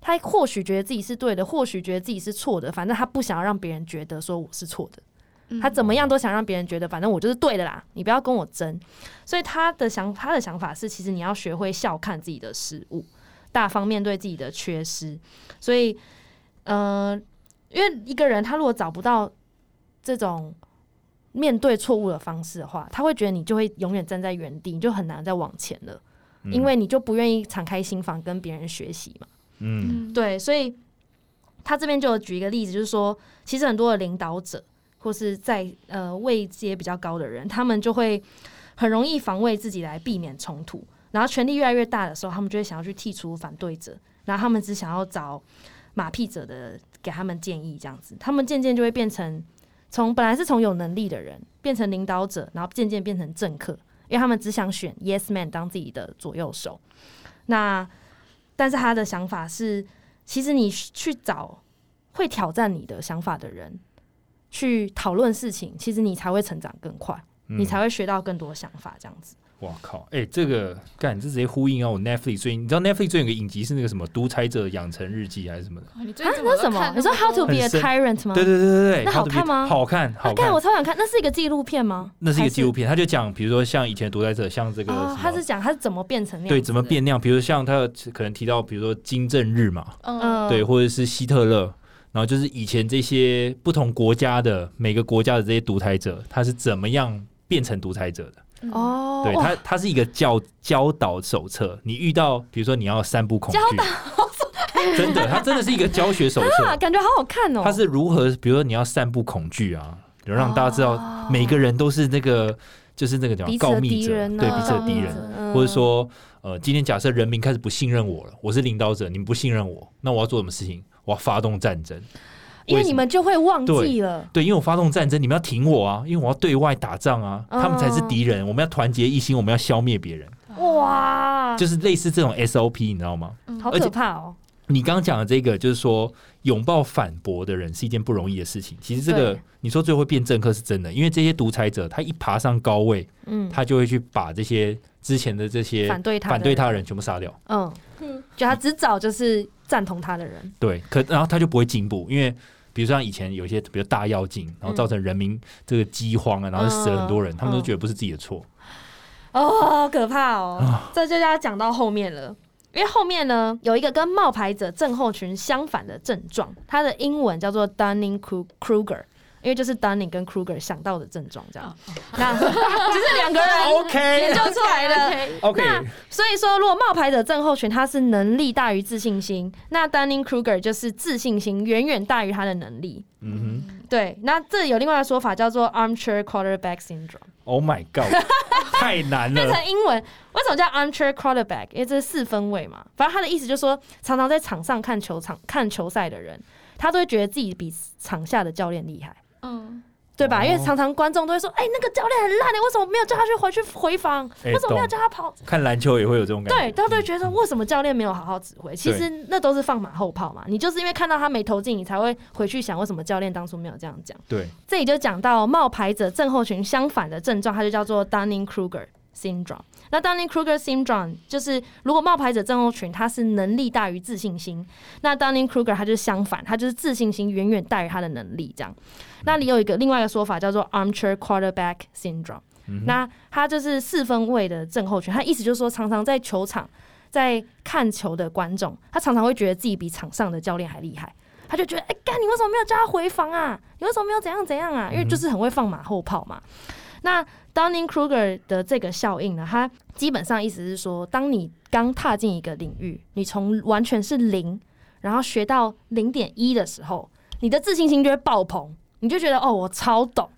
他或许觉得自己是对的，或许觉得自己是错的，反正他不想要让别人觉得说我是错的。嗯他怎么样都想让别人觉得，反正我就是对的啦，你不要跟我争。所以他的想他的想法是，其实你要学会笑看自己的失误，大方面对自己的缺失。所以，呃，因为一个人他如果找不到这种面对错误的方式的话，他会觉得你就会永远站在原地，你就很难再往前了，因为你就不愿意敞开心房跟别人学习嘛。嗯嗯，对，所以他这边就有举一个例子，就是说，其实很多的领导者或是在呃位阶比较高的人，他们就会很容易防卫自己来避免冲突，然后权力越来越大的时候，他们就会想要去剔除反对者，然后他们只想要找马屁者的给他们建议，这样子，他们渐渐就会变成从本来是从有能力的人变成领导者，然后渐渐变成政客，因为他们只想选 yes man 当自己的左右手。那但是他的想法是，其实你去找会挑战你的想法的人去讨论事情，其实你才会成长更快，嗯你才会学到更多想法，这样子。哇靠，哎、这个干，这直接呼应啊！我 Netflix 最近，你知道 Netflix 最近有个影集是那个什么《独裁者养成日记》还是什么的？你最啊，那什么？你说 How to be a 很深 tyrant 吗？对对对对对，那好 How to be- 看吗好看，啊好干看我。超想看，那是一个纪录片吗？那是一还个纪录片，他就讲，比如说像以前的独裁者，像这个什哦么，他是讲他是怎么变成那样对子的，怎么变量，比如像他可能提到，比如说金正日嘛，嗯嗯，对，或者是希特勒，然后就是以前这些不同国家的每个国家的这些独裁者，他是怎么样变成独裁者的？哦，对哇他，他是一个教教导手册。你遇到比如说你要散布恐惧， 真的，他真的是一个教学手啊，册。 感觉好好看哦。他是如何，比如说你要散布恐惧啊，就让大家知道每个人都是那个，就是那个叫哦彼此告的密敌者，人啊，对彼此的告敌密人者。，嗯或者说，呃，今天假设人民开始不信任我了，我是领导者，你们不信任我，那我要做什么事情？我要发动战争。因为什你么们就会忘对记了，对，因为我发动战争，你们要挺我啊，因为我要对外打仗啊，嗯他们才是敌人，我们要团结一心，我们要消灭别人，哦哇，就是类似这种 SOP，你知道吗？好而且可怕哦。你刚刚讲的这个，就是说拥抱反驳的人是一件不容易的事情。其实这个对你说最后会变政客是真的，因为这些独裁者他一爬上高位，嗯，他就会去把这些之前的这些反对他，反对他的人全部杀掉。嗯，就他只找就是赞同他的人，对，可然后他就不会进步，因为比如说像以前有一些比如大跃进，然后造成人民这个饥荒啊，然后就死了很多人，嗯他们都觉得不是自己的 错。哦，好可怕哦！这就要讲到后面了，因为后面呢有一个跟冒牌者症候群相反的症状，它的英文叫做 Dunning Kruger。因为就是 Dunning 跟 Kruger 想到的症状这样哦。那 就是两个人研 ，OK 究出来的。 OK，那所以说，如果冒牌者症候群，他是能力大于自信心，那 Dunning Kruger 就是自信心远远大于他的能力。嗯对，那这有另外的说法叫做 armchair quarterback syndrome，哼，Oh my God，太 难变了，成英文为什么叫 armchair quarterback？因为这是四分位嘛，反正他的意思就是说，常常在场上看球场看球赛的人，他都会觉得自己比场下的教练厉害。嗯，对吧？哦因为常常观众都会说：“哎、那个教练很烂的，为什么没有叫他去回去回防？哎为什么没有懂嗯叫他跑看篮球也会有这种感觉，对，他都会觉得说为什么教练没有好好指挥？其实那都是放马后炮嘛。你就是因为看到他没投进，你才会回去想为什么教练当初没有这样讲。对，这里就讲到冒牌者症候群相反的症状，它就叫做 Dunning Kruger syndrome。那 Dunning Kruger syndrome 就是如果冒牌者症候群它是能力大于自信心，那 Dunning Kruger 它就是相反，它就是自信心远远大于他的能力这样。那里有一个另外一个说法叫做 Armchair Quarterback syndrome。嗯哼那他就是四分位的症候群，他意思就是说，常常在球场在看球的观众，他常常会觉得自己比场上的教练还厉害，他就觉得，哎、干你为什么没有叫他回防啊？你为什么没有怎样怎样啊？因为就是很会放马后炮嘛。那 Dunning Kruger 的这个效应呢，它基本上意思是说，当你刚踏进一个领域，你从完全是零，然后学到零点一的时候，你的自信心就会爆棚，你就觉得哦，我超懂，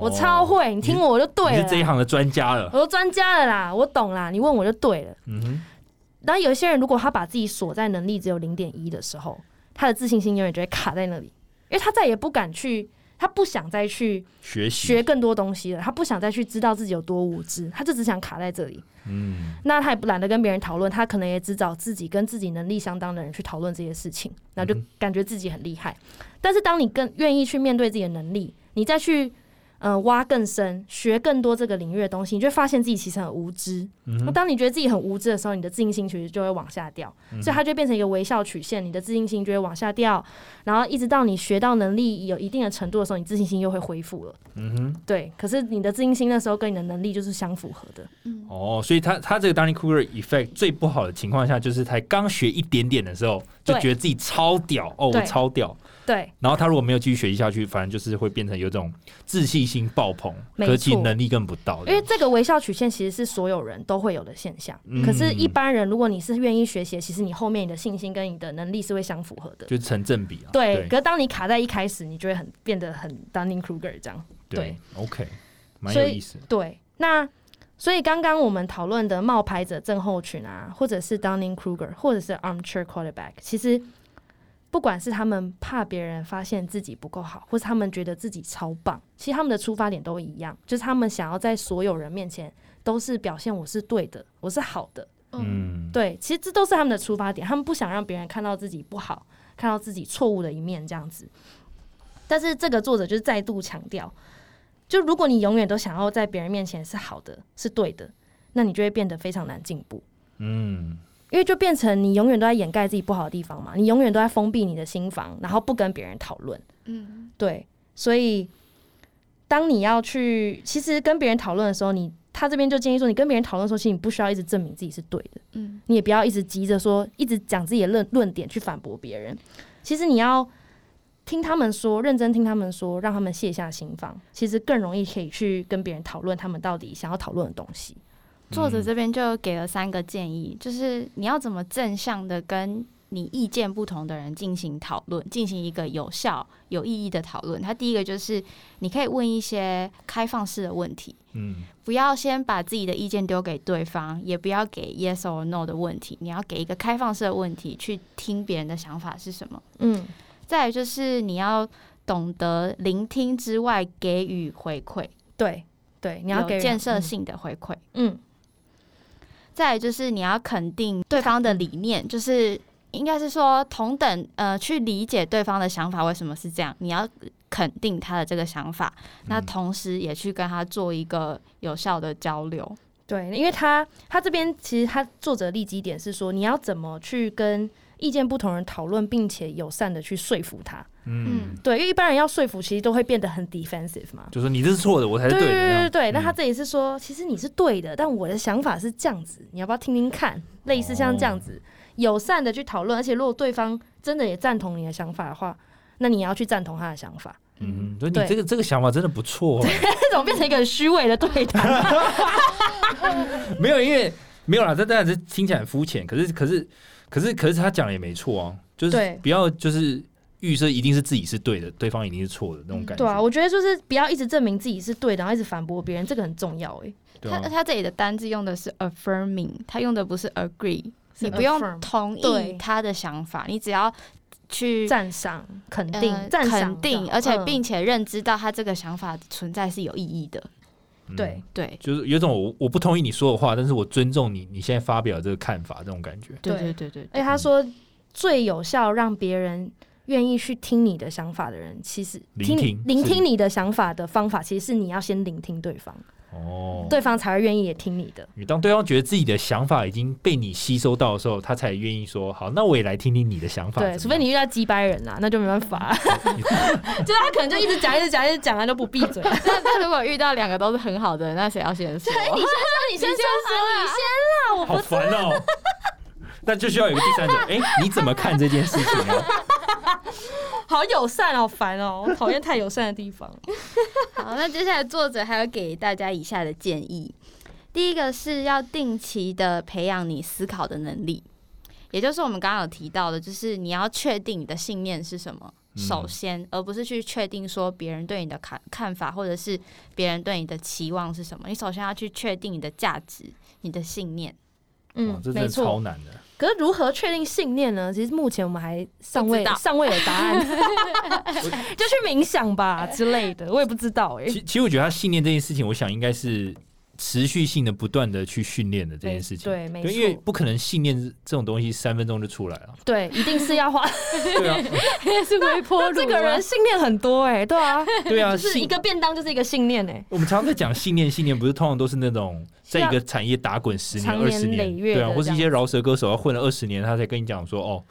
我超哦，会，你听我就对你了是啦。这一行的专家了，我都专家了啦，我懂啦，你问我就对了。嗯哼，然后有一些人，如果他把自己锁在能力只有零点一的时候，他的自信心永远就会卡在那里，因为他再也不敢去，他不想再去学习，学更多东西了，他不想再去知道自己有多无知，他就只想卡在这里。嗯，那他也不懒得跟别人讨论，他可能也只找自己跟自己能力相当的人去讨论这些事情，然后就嗯感觉自己很厉害。但是当你更愿意去面对自己的能力，你再去呃挖更深、学更多这个领域的东西，你就会发现自己其实很无知。嗯那、当你觉得自己很无知的时候，你的自信心其实就会往下掉，嗯所以它就变成一个微笑曲线，你的自信心就会往下掉，然后一直到你学到能力有一定的程度的时候，你自信心又会恢复了。嗯哼。对，可是你的自信心那时候跟你的能力就是相符合的。哦，所以他他这个 Dunning Kruger effect 最不好的情况下，就是才刚学一点点的时候，就对觉得自己超屌哦，我对超屌。对，然后他如果没有继续学习下去，反正就是会变成有种自信心爆棚，没可是其实错能力根本不到的。因为这个微笑曲线其实是所有人都会有的现象，嗯可是，一般人如果你是愿意学习的，其实你后面你的信心跟你的能力是会相符合的。就是成正比啊。对，对可是当你卡在一开始，你就会很变得很 Dunning Kruger 这样。对 o k 蛮所有以意思的。对，那所以刚刚我们讨论的冒牌者症候群啊，或者是 Dunning Kruger，或者是 Armchair Quarterback，其实不管是他们怕别人发现自己不够好，或是他们觉得自己超棒，其实他们的出发点都一样，就是他们想要在所有人面前都是表现我是对的，我是好的。嗯，嗯，对，其实这都是他们的出发点，他们不想让别人看到自己不好，看到自己错误的一面这样子。但是这个作者就是再度强调，就如果你永远都想要在别人面前是好的、是对的，那你就会变得非常难进步，嗯，因为就变成你永远都在掩盖自己不好的地方嘛，你永远都在封闭你的心房，然后不跟别人讨论。嗯，对，所以当你要去，其实跟别人讨论的时候，你他这边就建议说，你跟别人讨论的时候，其实你不需要一直证明自己是对的，嗯，你也不要一直急着说，一直讲自己的论论点去反驳别人。其实你要听他们说，认真听他们说，让他们卸下心防，其实更容易可以去跟别人讨论他们到底想要讨论的东西。作者这边就给了三个建议，就是你要怎么正向的跟你意见不同的人进行讨论，进行一个有效、有意义的讨论。它第一个就是你可以问一些开放式的问题，嗯，不要先把自己的意见丢给对方，也不要给 yes or no 的问题，你要给一个开放式的问题去听别人的想法是什么。嗯，再来就是你要懂得聆听之外给予回馈，对对，你要有给建设，性的回馈。嗯再来就是你要肯定对方的理念，就是应该是说同等呃去理解对方的想法为什么是这样，你要肯定他的这个想法，那嗯同时也去跟他做一个有效的交流。对，因为他他这边其实他作者立基点是说，你要怎么去跟意见不同人讨论，并且友善的去说服他。嗯，对，因为一般人要说服，其实都会变得很 defensive 嘛。就说你这是错的，我才是对对的。这对样对，那他嗯这里是说，其实你是对的，但我的想法是这样子，你要不要听听看？类似像这样子，哦友善的去讨论，而且如果对方真的也赞同你的想法的话，那你也要去赞同他的想法， 嗯，所以你对这个这个想法真的不错哦、这种变成一个很虚伪的对谈，没有，因为没有啦，这当然是听起来很肤浅，可是可是可是可是他讲的也没错啊，就是对不要就是预设一定是自己是对的，对方一定是错的那种感 觉，对啊，我觉得就是不要一直证明自己是对的，然后一直反驳别人，这个很重要哎、对他啊他这里的单字用的是 affirming，他用的不是 agree，是你不用 affirm 同意对他的想法，你只要去赞赏、肯呃定、赞赏、肯定，而且嗯并且认知到他这个想法存在是有意义的。嗯对，对就是有一种我我不同意你说的话，但是我尊重你你现在发表这个看法，这种感觉。对对对对对， 而且他说最有效让别人愿意去听你的想法的人，其实聆听听聆是听你的想法的方法，其实是你要先聆听对方，哦，对方才会愿意也听你的。你当对方觉得自己的想法已经被你吸收到的时候，他才愿意说好，那我也来听听你的想法。对，除怎么非样哦你遇到鸡掰人啦、啊那就没办 法，就是他可能就一直讲，一直讲，一直讲，他就不闭 嘴。那那那如果遇到两个都是很好的，那谁要先说？ 你先说，你先啦，我好 烦哦。那就需要有一个第三者，哎、你怎么看这件事情啊？好友善，好烦哦，我讨厌太友善的地方。 好，那接下来作者还有给大家以下的建议：第一个是要定期的培养你思考的能力，也就是我们刚刚有提到的，就是你要确定你的信念是什么。嗯首先，而不是去确定说别人对你的看看法，或者是别人对你的期望是什么。你首先要去确定你的价值、你的信念。哇嗯哦这，真没的超错。难的。可是如何确定信念呢？其实目前我们还尚不知未道尚未有答案，就去冥想吧之类的，我也不知道哎、其其实我觉得他信念这件事情，我想应该是持续性的、不断的去训练的这件事情。对，没对，因为错，不可能信念这种东西三分钟就出来了。对，一定是要花。 对啊，是微波这个人信念很多哎、对啊，对 啊，就是一信。个便当就是一个信念哎、我们常常在讲信念，信念不是通常都是那种在是要一个产业打滚十年、长二年十累年，月对啊，的或是一这些饶舌歌手要混了二十年，他才跟你讲说哦，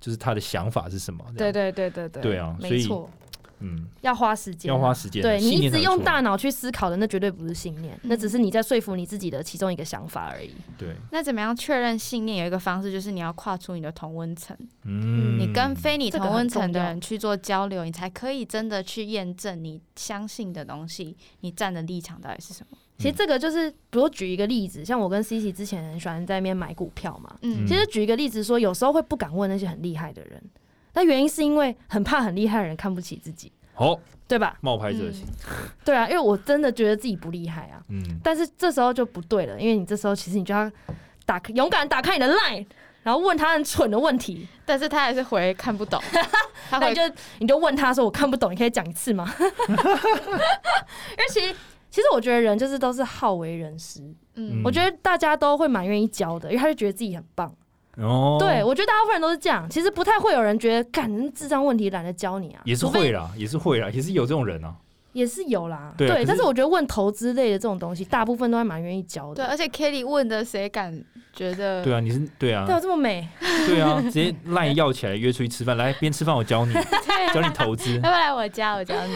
就是他的想法是什么。这对对样，对对对，对啊所没以错，嗯，要花时间，啊要花时间的。啊对你信一念才直会用出来大脑去思考的，那绝对不是信念，那只是你在说服你自己的其中一个想法而已。对，那怎么样确认信念？有一个方式就是你要跨出你的同温层。嗯，你跟非你这个同温很层重的要人去做交流，你才可以真的去验证你相信的东西，你站的立场到底是什么。其实这个就是，比如举一个例子，像我跟 C C 之前很喜欢在那边买股票嘛，嗯，嗯其实举一个例子说，有时候会不敢问那些很厉害的人，那原因是因为很怕很厉害的人看不起自己，好对吧？冒牌者型，对啊，因为我真的觉得自己不厉害啊，嗯，但是这时候就不对了，因为你这时候其实你就要打开勇敢打开你的 line，然后问他很蠢的问题，但是他还是回看不 懂，他那回你就你就问他说：“我看不懂，你可以讲一次吗？” 因为其实其实我觉得人就是都是好为人师，嗯嗯我觉得大家都会蛮愿意教的，因为他就觉得自己很棒。哦，对，我觉得大部分人都是这样，其实不太会有人觉得干你智障问题懒得教你啊，也是除非会啦，也是会啦，也是有这种人啊。也是有啦，对啊可是但是我觉得问投资类的这种东西，大部分都还蛮愿意教对，啊的。而且 Kelly 问的谁敢觉得对啊，你是对啊对，，我这么美， 对啊，直接赖要起来约出去吃饭，来边吃饭我教你，教你投资要。不要来我家，我教 你。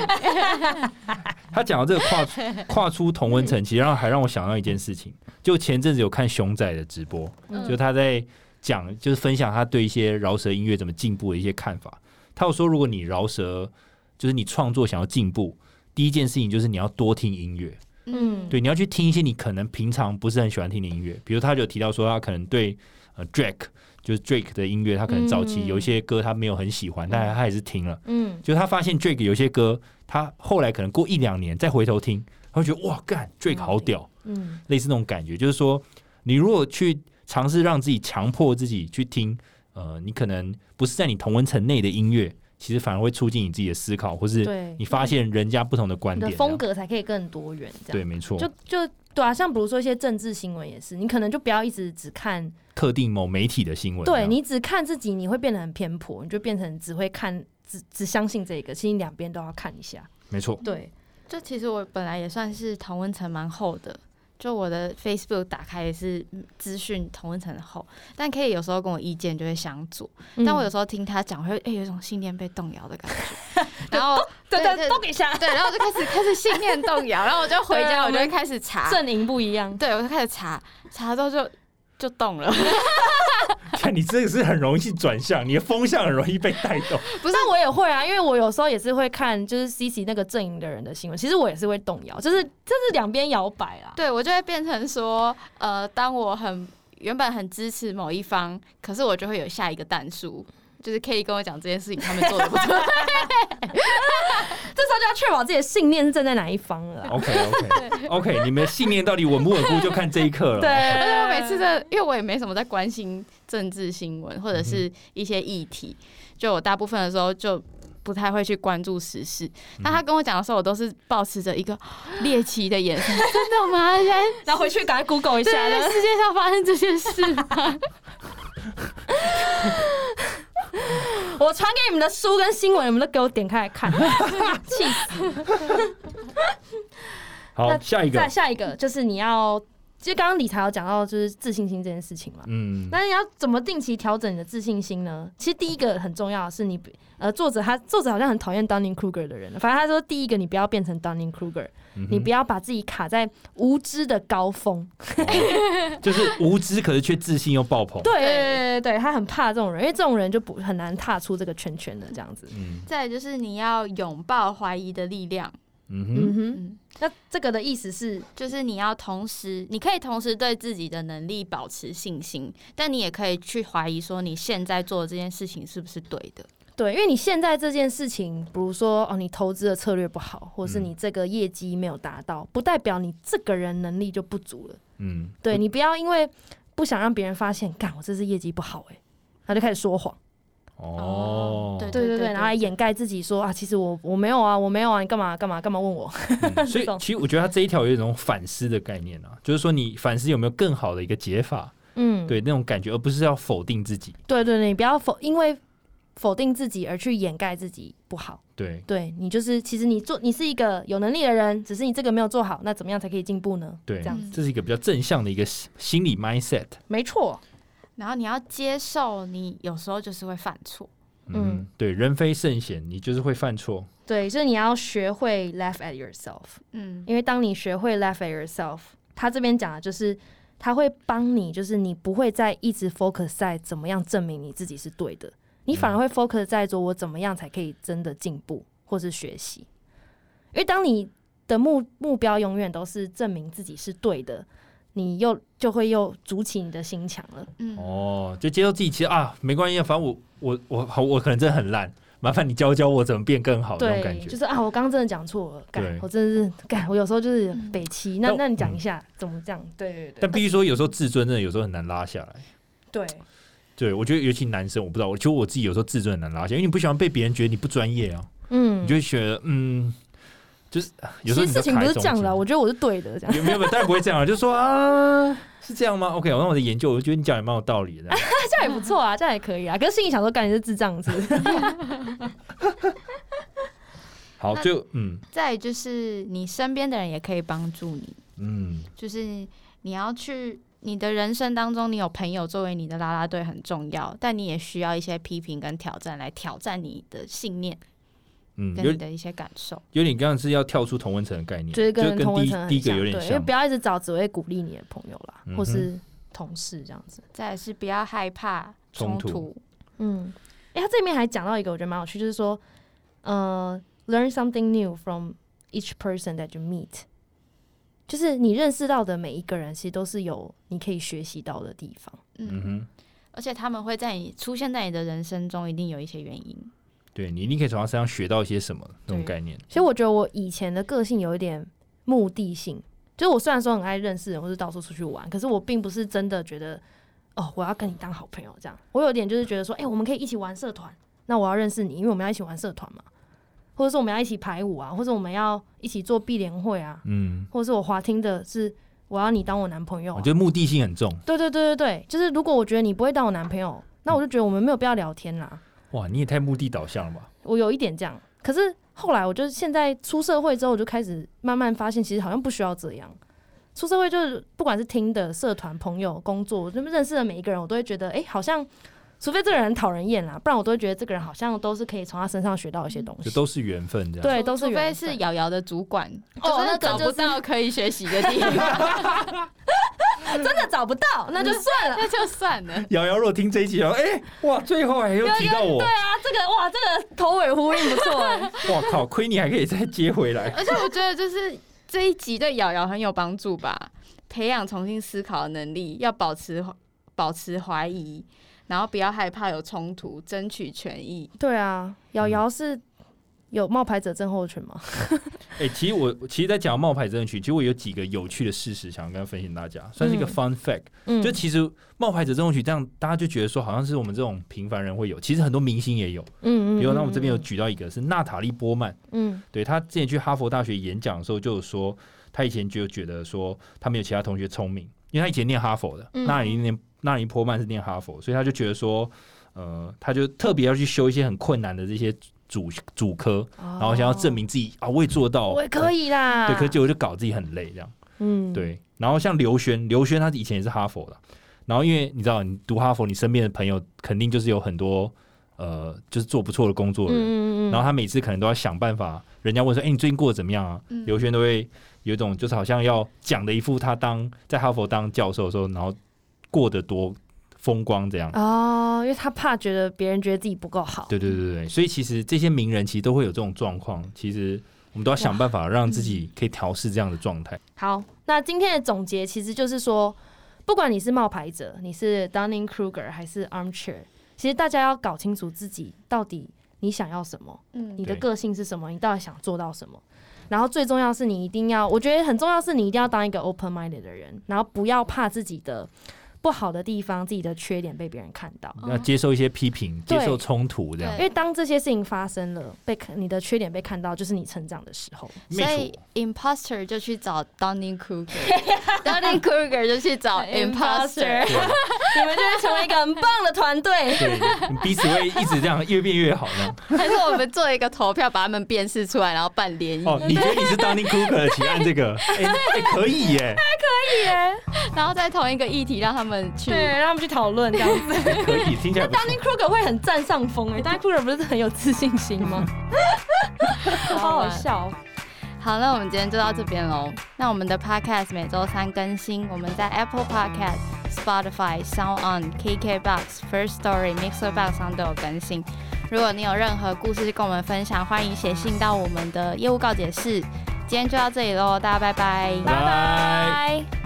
他讲到这个跨跨出同温层，其实让还让我想到一件事情，就前阵子有看熊仔的直播，嗯就他在讲，就是分享他对一些饶舌音乐怎么进步的一些看法。他有说，如果你饶舌，就是你创作想要进步，第一件事情就是你要多听音乐。嗯，对，你要去听一些你可能平常不是很喜欢听的音乐，比如他就提到说他可能对呃 Drake 就是 Drake 的音乐，他可能早期嗯有一些歌他没有很喜欢，但他还是听了。嗯，就他发现 Drake 有些歌，他后来可能过一两年再回头听，他会觉得哇，干 Drake 好屌，嗯类似那种感觉。就是说，你如果去尝试让自己强迫自己去听，呃，你可能不是在你同温层内的音乐，其实反而会促进你自己的思考，或是对，你发现人家不同的观你点的这样。风格才可以更多元，这样对，没错，就就对啊，像比如说一些政治新闻也是，你可能就不要一直只看，特定某媒体的新闻这对样。你只看自己，你会变得很偏颇，你就变成只会看只只相信这个，其实你两边都要看一下。没错， 嗯对，就其实我本来也算是同温层蛮厚的，就我的 Facebook 打开也是嗯资讯同温层很厚，但 Kelly 有时候跟我意见就会相左，嗯但我有时候听他讲，会诶、有一种信念被动摇的感 觉，然后对对对对动一下，对，然后我就开始开始信念动摇，然后我就回对家，啊我就我会们开始查，阵营不一样。 对我就开始查，查到就就动了，看你这个是很容易转向，你的风向很容易被带 动。不是，我也会啊，因为我有时候也是会看，就是 C C 那个阵营的人的新闻，其实我也是会动摇，就是这是两边摇摆啊啦。对我就会变成说，呃，当我很原本很支持某一方，可是我就会有下一个弹数。就是 k a 跟我讲这件事情，他们做的不对，这时候就要确保自己的信念是站在哪一方了啊。 OK OK OK，你们信念到底稳不稳固，就看这一刻了。 对，而且我每次的，因为我也没什么在关心政治新闻或者是一些议题，就我大部分的时候就不太会去关注时事。那他跟我讲的时候，我都是保持着一个 猎奇的眼神，真的吗？现在然后回去赶快 Google 一对下，对，呢世界上发生这些事吗？我传给你们的书跟新闻，你们都给我点开来 看，气死！好那，下一个再，下一个就是你要，其实刚刚理财有讲到就是自信心这件事情嘛，嗯，那你要怎么定期调整你的自信心呢？其实第一个很重要的是你，呃，作者他作者好像很讨厌 Dunning Kruger 的人，反正他说第一个你不要变成 Dunning Kruger，、嗯哼你不要把自己卡在无知的高峰。就是无知，可是却自信又爆棚。对对对对对，他很怕这种人，因为这种人就不很难踏出这个圈圈的这样子。嗯 再来就是你要拥抱怀疑的力量，嗯嗯哼，哼，嗯，那这个的意思是，就是你要同时，你可以同时对自己的能力保持信心，但你也可以去怀疑说你现在做的这件事情是不是对的。对，因为你现在这件事情，比如说哦，你投资的策略不好，或嗯是你这个业绩没有达到，不代表你这个人能力就不足了。嗯，对你不要因为不想让别人发现，干我这次业绩不好哎、欸然后就开始说谎，哦，对对对对，对然后还掩盖自己说啊，其实我我没有啊，我没有啊，你干嘛干嘛干嘛问我？嗯所以懂其实我觉得他这一条有一种反思的概念啊，就是说你反思有没有更好的一个解法，嗯，对那种感觉，而不是要否定自己。对对对，你不要否因为否定自己而去掩盖自己不好，对对你就是其实你做你是一个有能力的人，只是你这个没有做好，那怎么样才可以进步呢？对这样，这是一个比较正向的一个心心理 mindset。没错，然后你要接受，你有时候就是会犯错。嗯嗯，对，人非圣贤，你就是会犯错。对，就是你要学会 laugh at yourself，嗯，因为当你学会 laugh at yourself，他这边讲的就是他会帮你，就是你不会再一直 focus 在怎么样证明你自己是对的，你嗯反而会 focus 在说我怎么样才可以真的进步或是学习。因为当你的目目标永远都是证明自己是对的，你又就会又筑起你的心墙了。嗯，哦，就接受自己，其实啊，没关系，啊，反正我我我好，我可能真的很烂，麻烦你教教我怎么变更好那种感对，觉就。是啊，我刚刚真的讲错了，干对，我真的是干，我有时候就是北七。那但嗯那你讲一下怎么这样？嗯对对对但必须说，有时候自尊真的有时候很难拉下来。对，对，我觉得尤其男生，我不知道，我觉得我自己有时候自尊很难拉下，因为你不喜欢被别人觉得你不专业啊，嗯你就会觉得嗯，就是啊有其实时候你事就情卡不在是中这样间的啊，我觉得我是对的， 这样。有没有？当然不会这样啊，就说啊，是这样吗？OK，那我在研究，我觉得你讲也蛮有道理的。 这样也不错 啊，这样也可以啊。可是心里想说，干你是智障子，好，那就嗯再来就是你身边的人也可以帮助你，嗯，就是你要去你的人生当中，你有朋友作为你的啦啦队很重要，但你也需要一些批评跟挑战来挑战你的信念嗯，跟有你的一些感受。有点刚刚是要跳出同温层的概念，就是 就跟跟同第温一层第很一像，对，因个有点为像不。要一直找只会鼓励你的朋友啦，嗯哼或是同事这样子。再来是不要害怕冲冲突突，嗯，哎、他这里面还讲到一个我觉得蛮有趣，就是说，呃，learn something new from each person that you meet，就是你认识到的每一个人，其实都是有你可以学习到的地方。嗯嗯，哼，而且他们会在你出现在你的人生中，一定有一些原因。对你一定可以从他身上学到一些什么那种对概念。所以我觉得我以前的个性有一点目的性，就是我虽然说很爱认识人或是到处出去玩，可是我并不是真的觉得哦，我要跟你当好朋友这样。我有点就是觉得说，哎、我们可以一起玩社团，那我要认识你，因为我们要一起玩社团嘛，或者说我们要一起排舞啊，或者我们要一起做碧联会啊，嗯，或者是我滑听的是我要你当我男朋友、我啊觉。得目的性很重。对对对对对，就是如果我觉得你不会当我男朋友，那我就觉得我们没有必要聊天啦。哇，你也太目的导向了吧？我有一点这样，可是后来我就是现在出社会之后，我就开始慢慢发现，其实好像不需要这样。出社会就是不管是听的社团、朋友、工作，我这么认识的每一个人，我都会觉得，哎、好像除非这个人很讨人厌啊啦，不然我都会觉得这个人好像都是可以从他身上学到一些东这西。都是缘分，这样。对，除嗯都是啊除非缘是分瑶瑶的主管，哦就是那个找就不是 到可以学习的地方。真的找不到，那就算了。那就算了。瑶瑶若听这一集，然后哎哇，最后还又提到我对，啊，这个哇，这个头尾呼应不错哎、哇靠，亏你还可以再接回来。而且我觉得就是这一集对瑶瑶很有帮助吧，培养重新思考的能力，要保持保持怀疑，然后不要害怕有冲突，争取权益。对啊，瑶瑶是有冒牌者症候群吗？哎、其实我其实，在讲冒牌真人群，其实我有几个有趣的事实想要跟分享大家，算是一个嗯 fun fact、嗯就其实冒牌者这种曲，这样大家就觉得说好像是我们这种平凡人会有，其实很多明星也有。嗯比如，那我们这边有举到一个是娜塔莉波曼，嗯对她之前去哈佛大学演讲的时候，就有说她以前就觉得说她没有其他同学聪明，因为她以前念哈佛的，嗯那娜里念娜里波曼是念哈佛，所以她就觉得说，呃，她就特别要去修一些很困难的这些主主科，然然后想要证明自己啊，我也做到，哦我也可以，以啦。对，可是结果就搞自己很累这样。嗯，对，然后像刘轩，刘轩他以前也是哈佛的，然后因为你知道，你读哈佛，你身边的朋友肯定就是有很多呃，就是做不错的工作的人，嗯，嗯嗯嗯，然后他每次可能都要想办法，人家问说，哎、你最近过得怎么样啊？嗯刘轩都会有一种就是好像要讲的一副他当在哈佛当教授的时候，然后过得多风光这样。哦，因为他怕觉得别人觉得自己不够好。对对对对，所以其实这些名人其实都会有这种状况，其实我们都要想办法让自己可以调试这样的状态。好，那今天的总结其实就是说，不管你是冒牌者，你是 Dunning Kruger 还是 Armchair，其实大家要搞清楚自己到底你想要什么，嗯你的对个性是什么，你到底想做到什么。然后最重要是你一定要，我觉得很重要是你一定要当一个 open minded 的人，然后不要怕自己的不好的地方、自己的缺点被别人看到。嗯要接受一些批评，接对受冲突，这样对因为当这些事情发生了，被看你的缺点被看到，就是你成长的时候。没所错。以 imposter 就去找 Dunning Kruger，Dunning Kruger 就去找 imposter。对你们就会成为一个很棒的团队。对，你彼此会一直这样越变越好呢。还是我们做一个投票，把他们辨识出来，然后办联谊，哦，你觉得你是 Dunning Kruger，请按这个。哎、哎可以耶，然后在同一个议题让他们去。对，让他们去讨论这样 子。可以，听起来不错。 Dunning 嗯 Kruger 会很占上风哎、欸、，Dunning Kruger 不是很有自信心 吗？好好笑哦。好，那我们今天就到这边喽。那我们的 podcast 每周三更新，我们在 Apple Podcast、Spotify、Sound On、KKBox、First Story、Mixer Box 上都有更新。如果你有任何故事跟我们分享，欢迎写信到我们的业务告解室。今天就到这里喽，大家拜拜拜拜。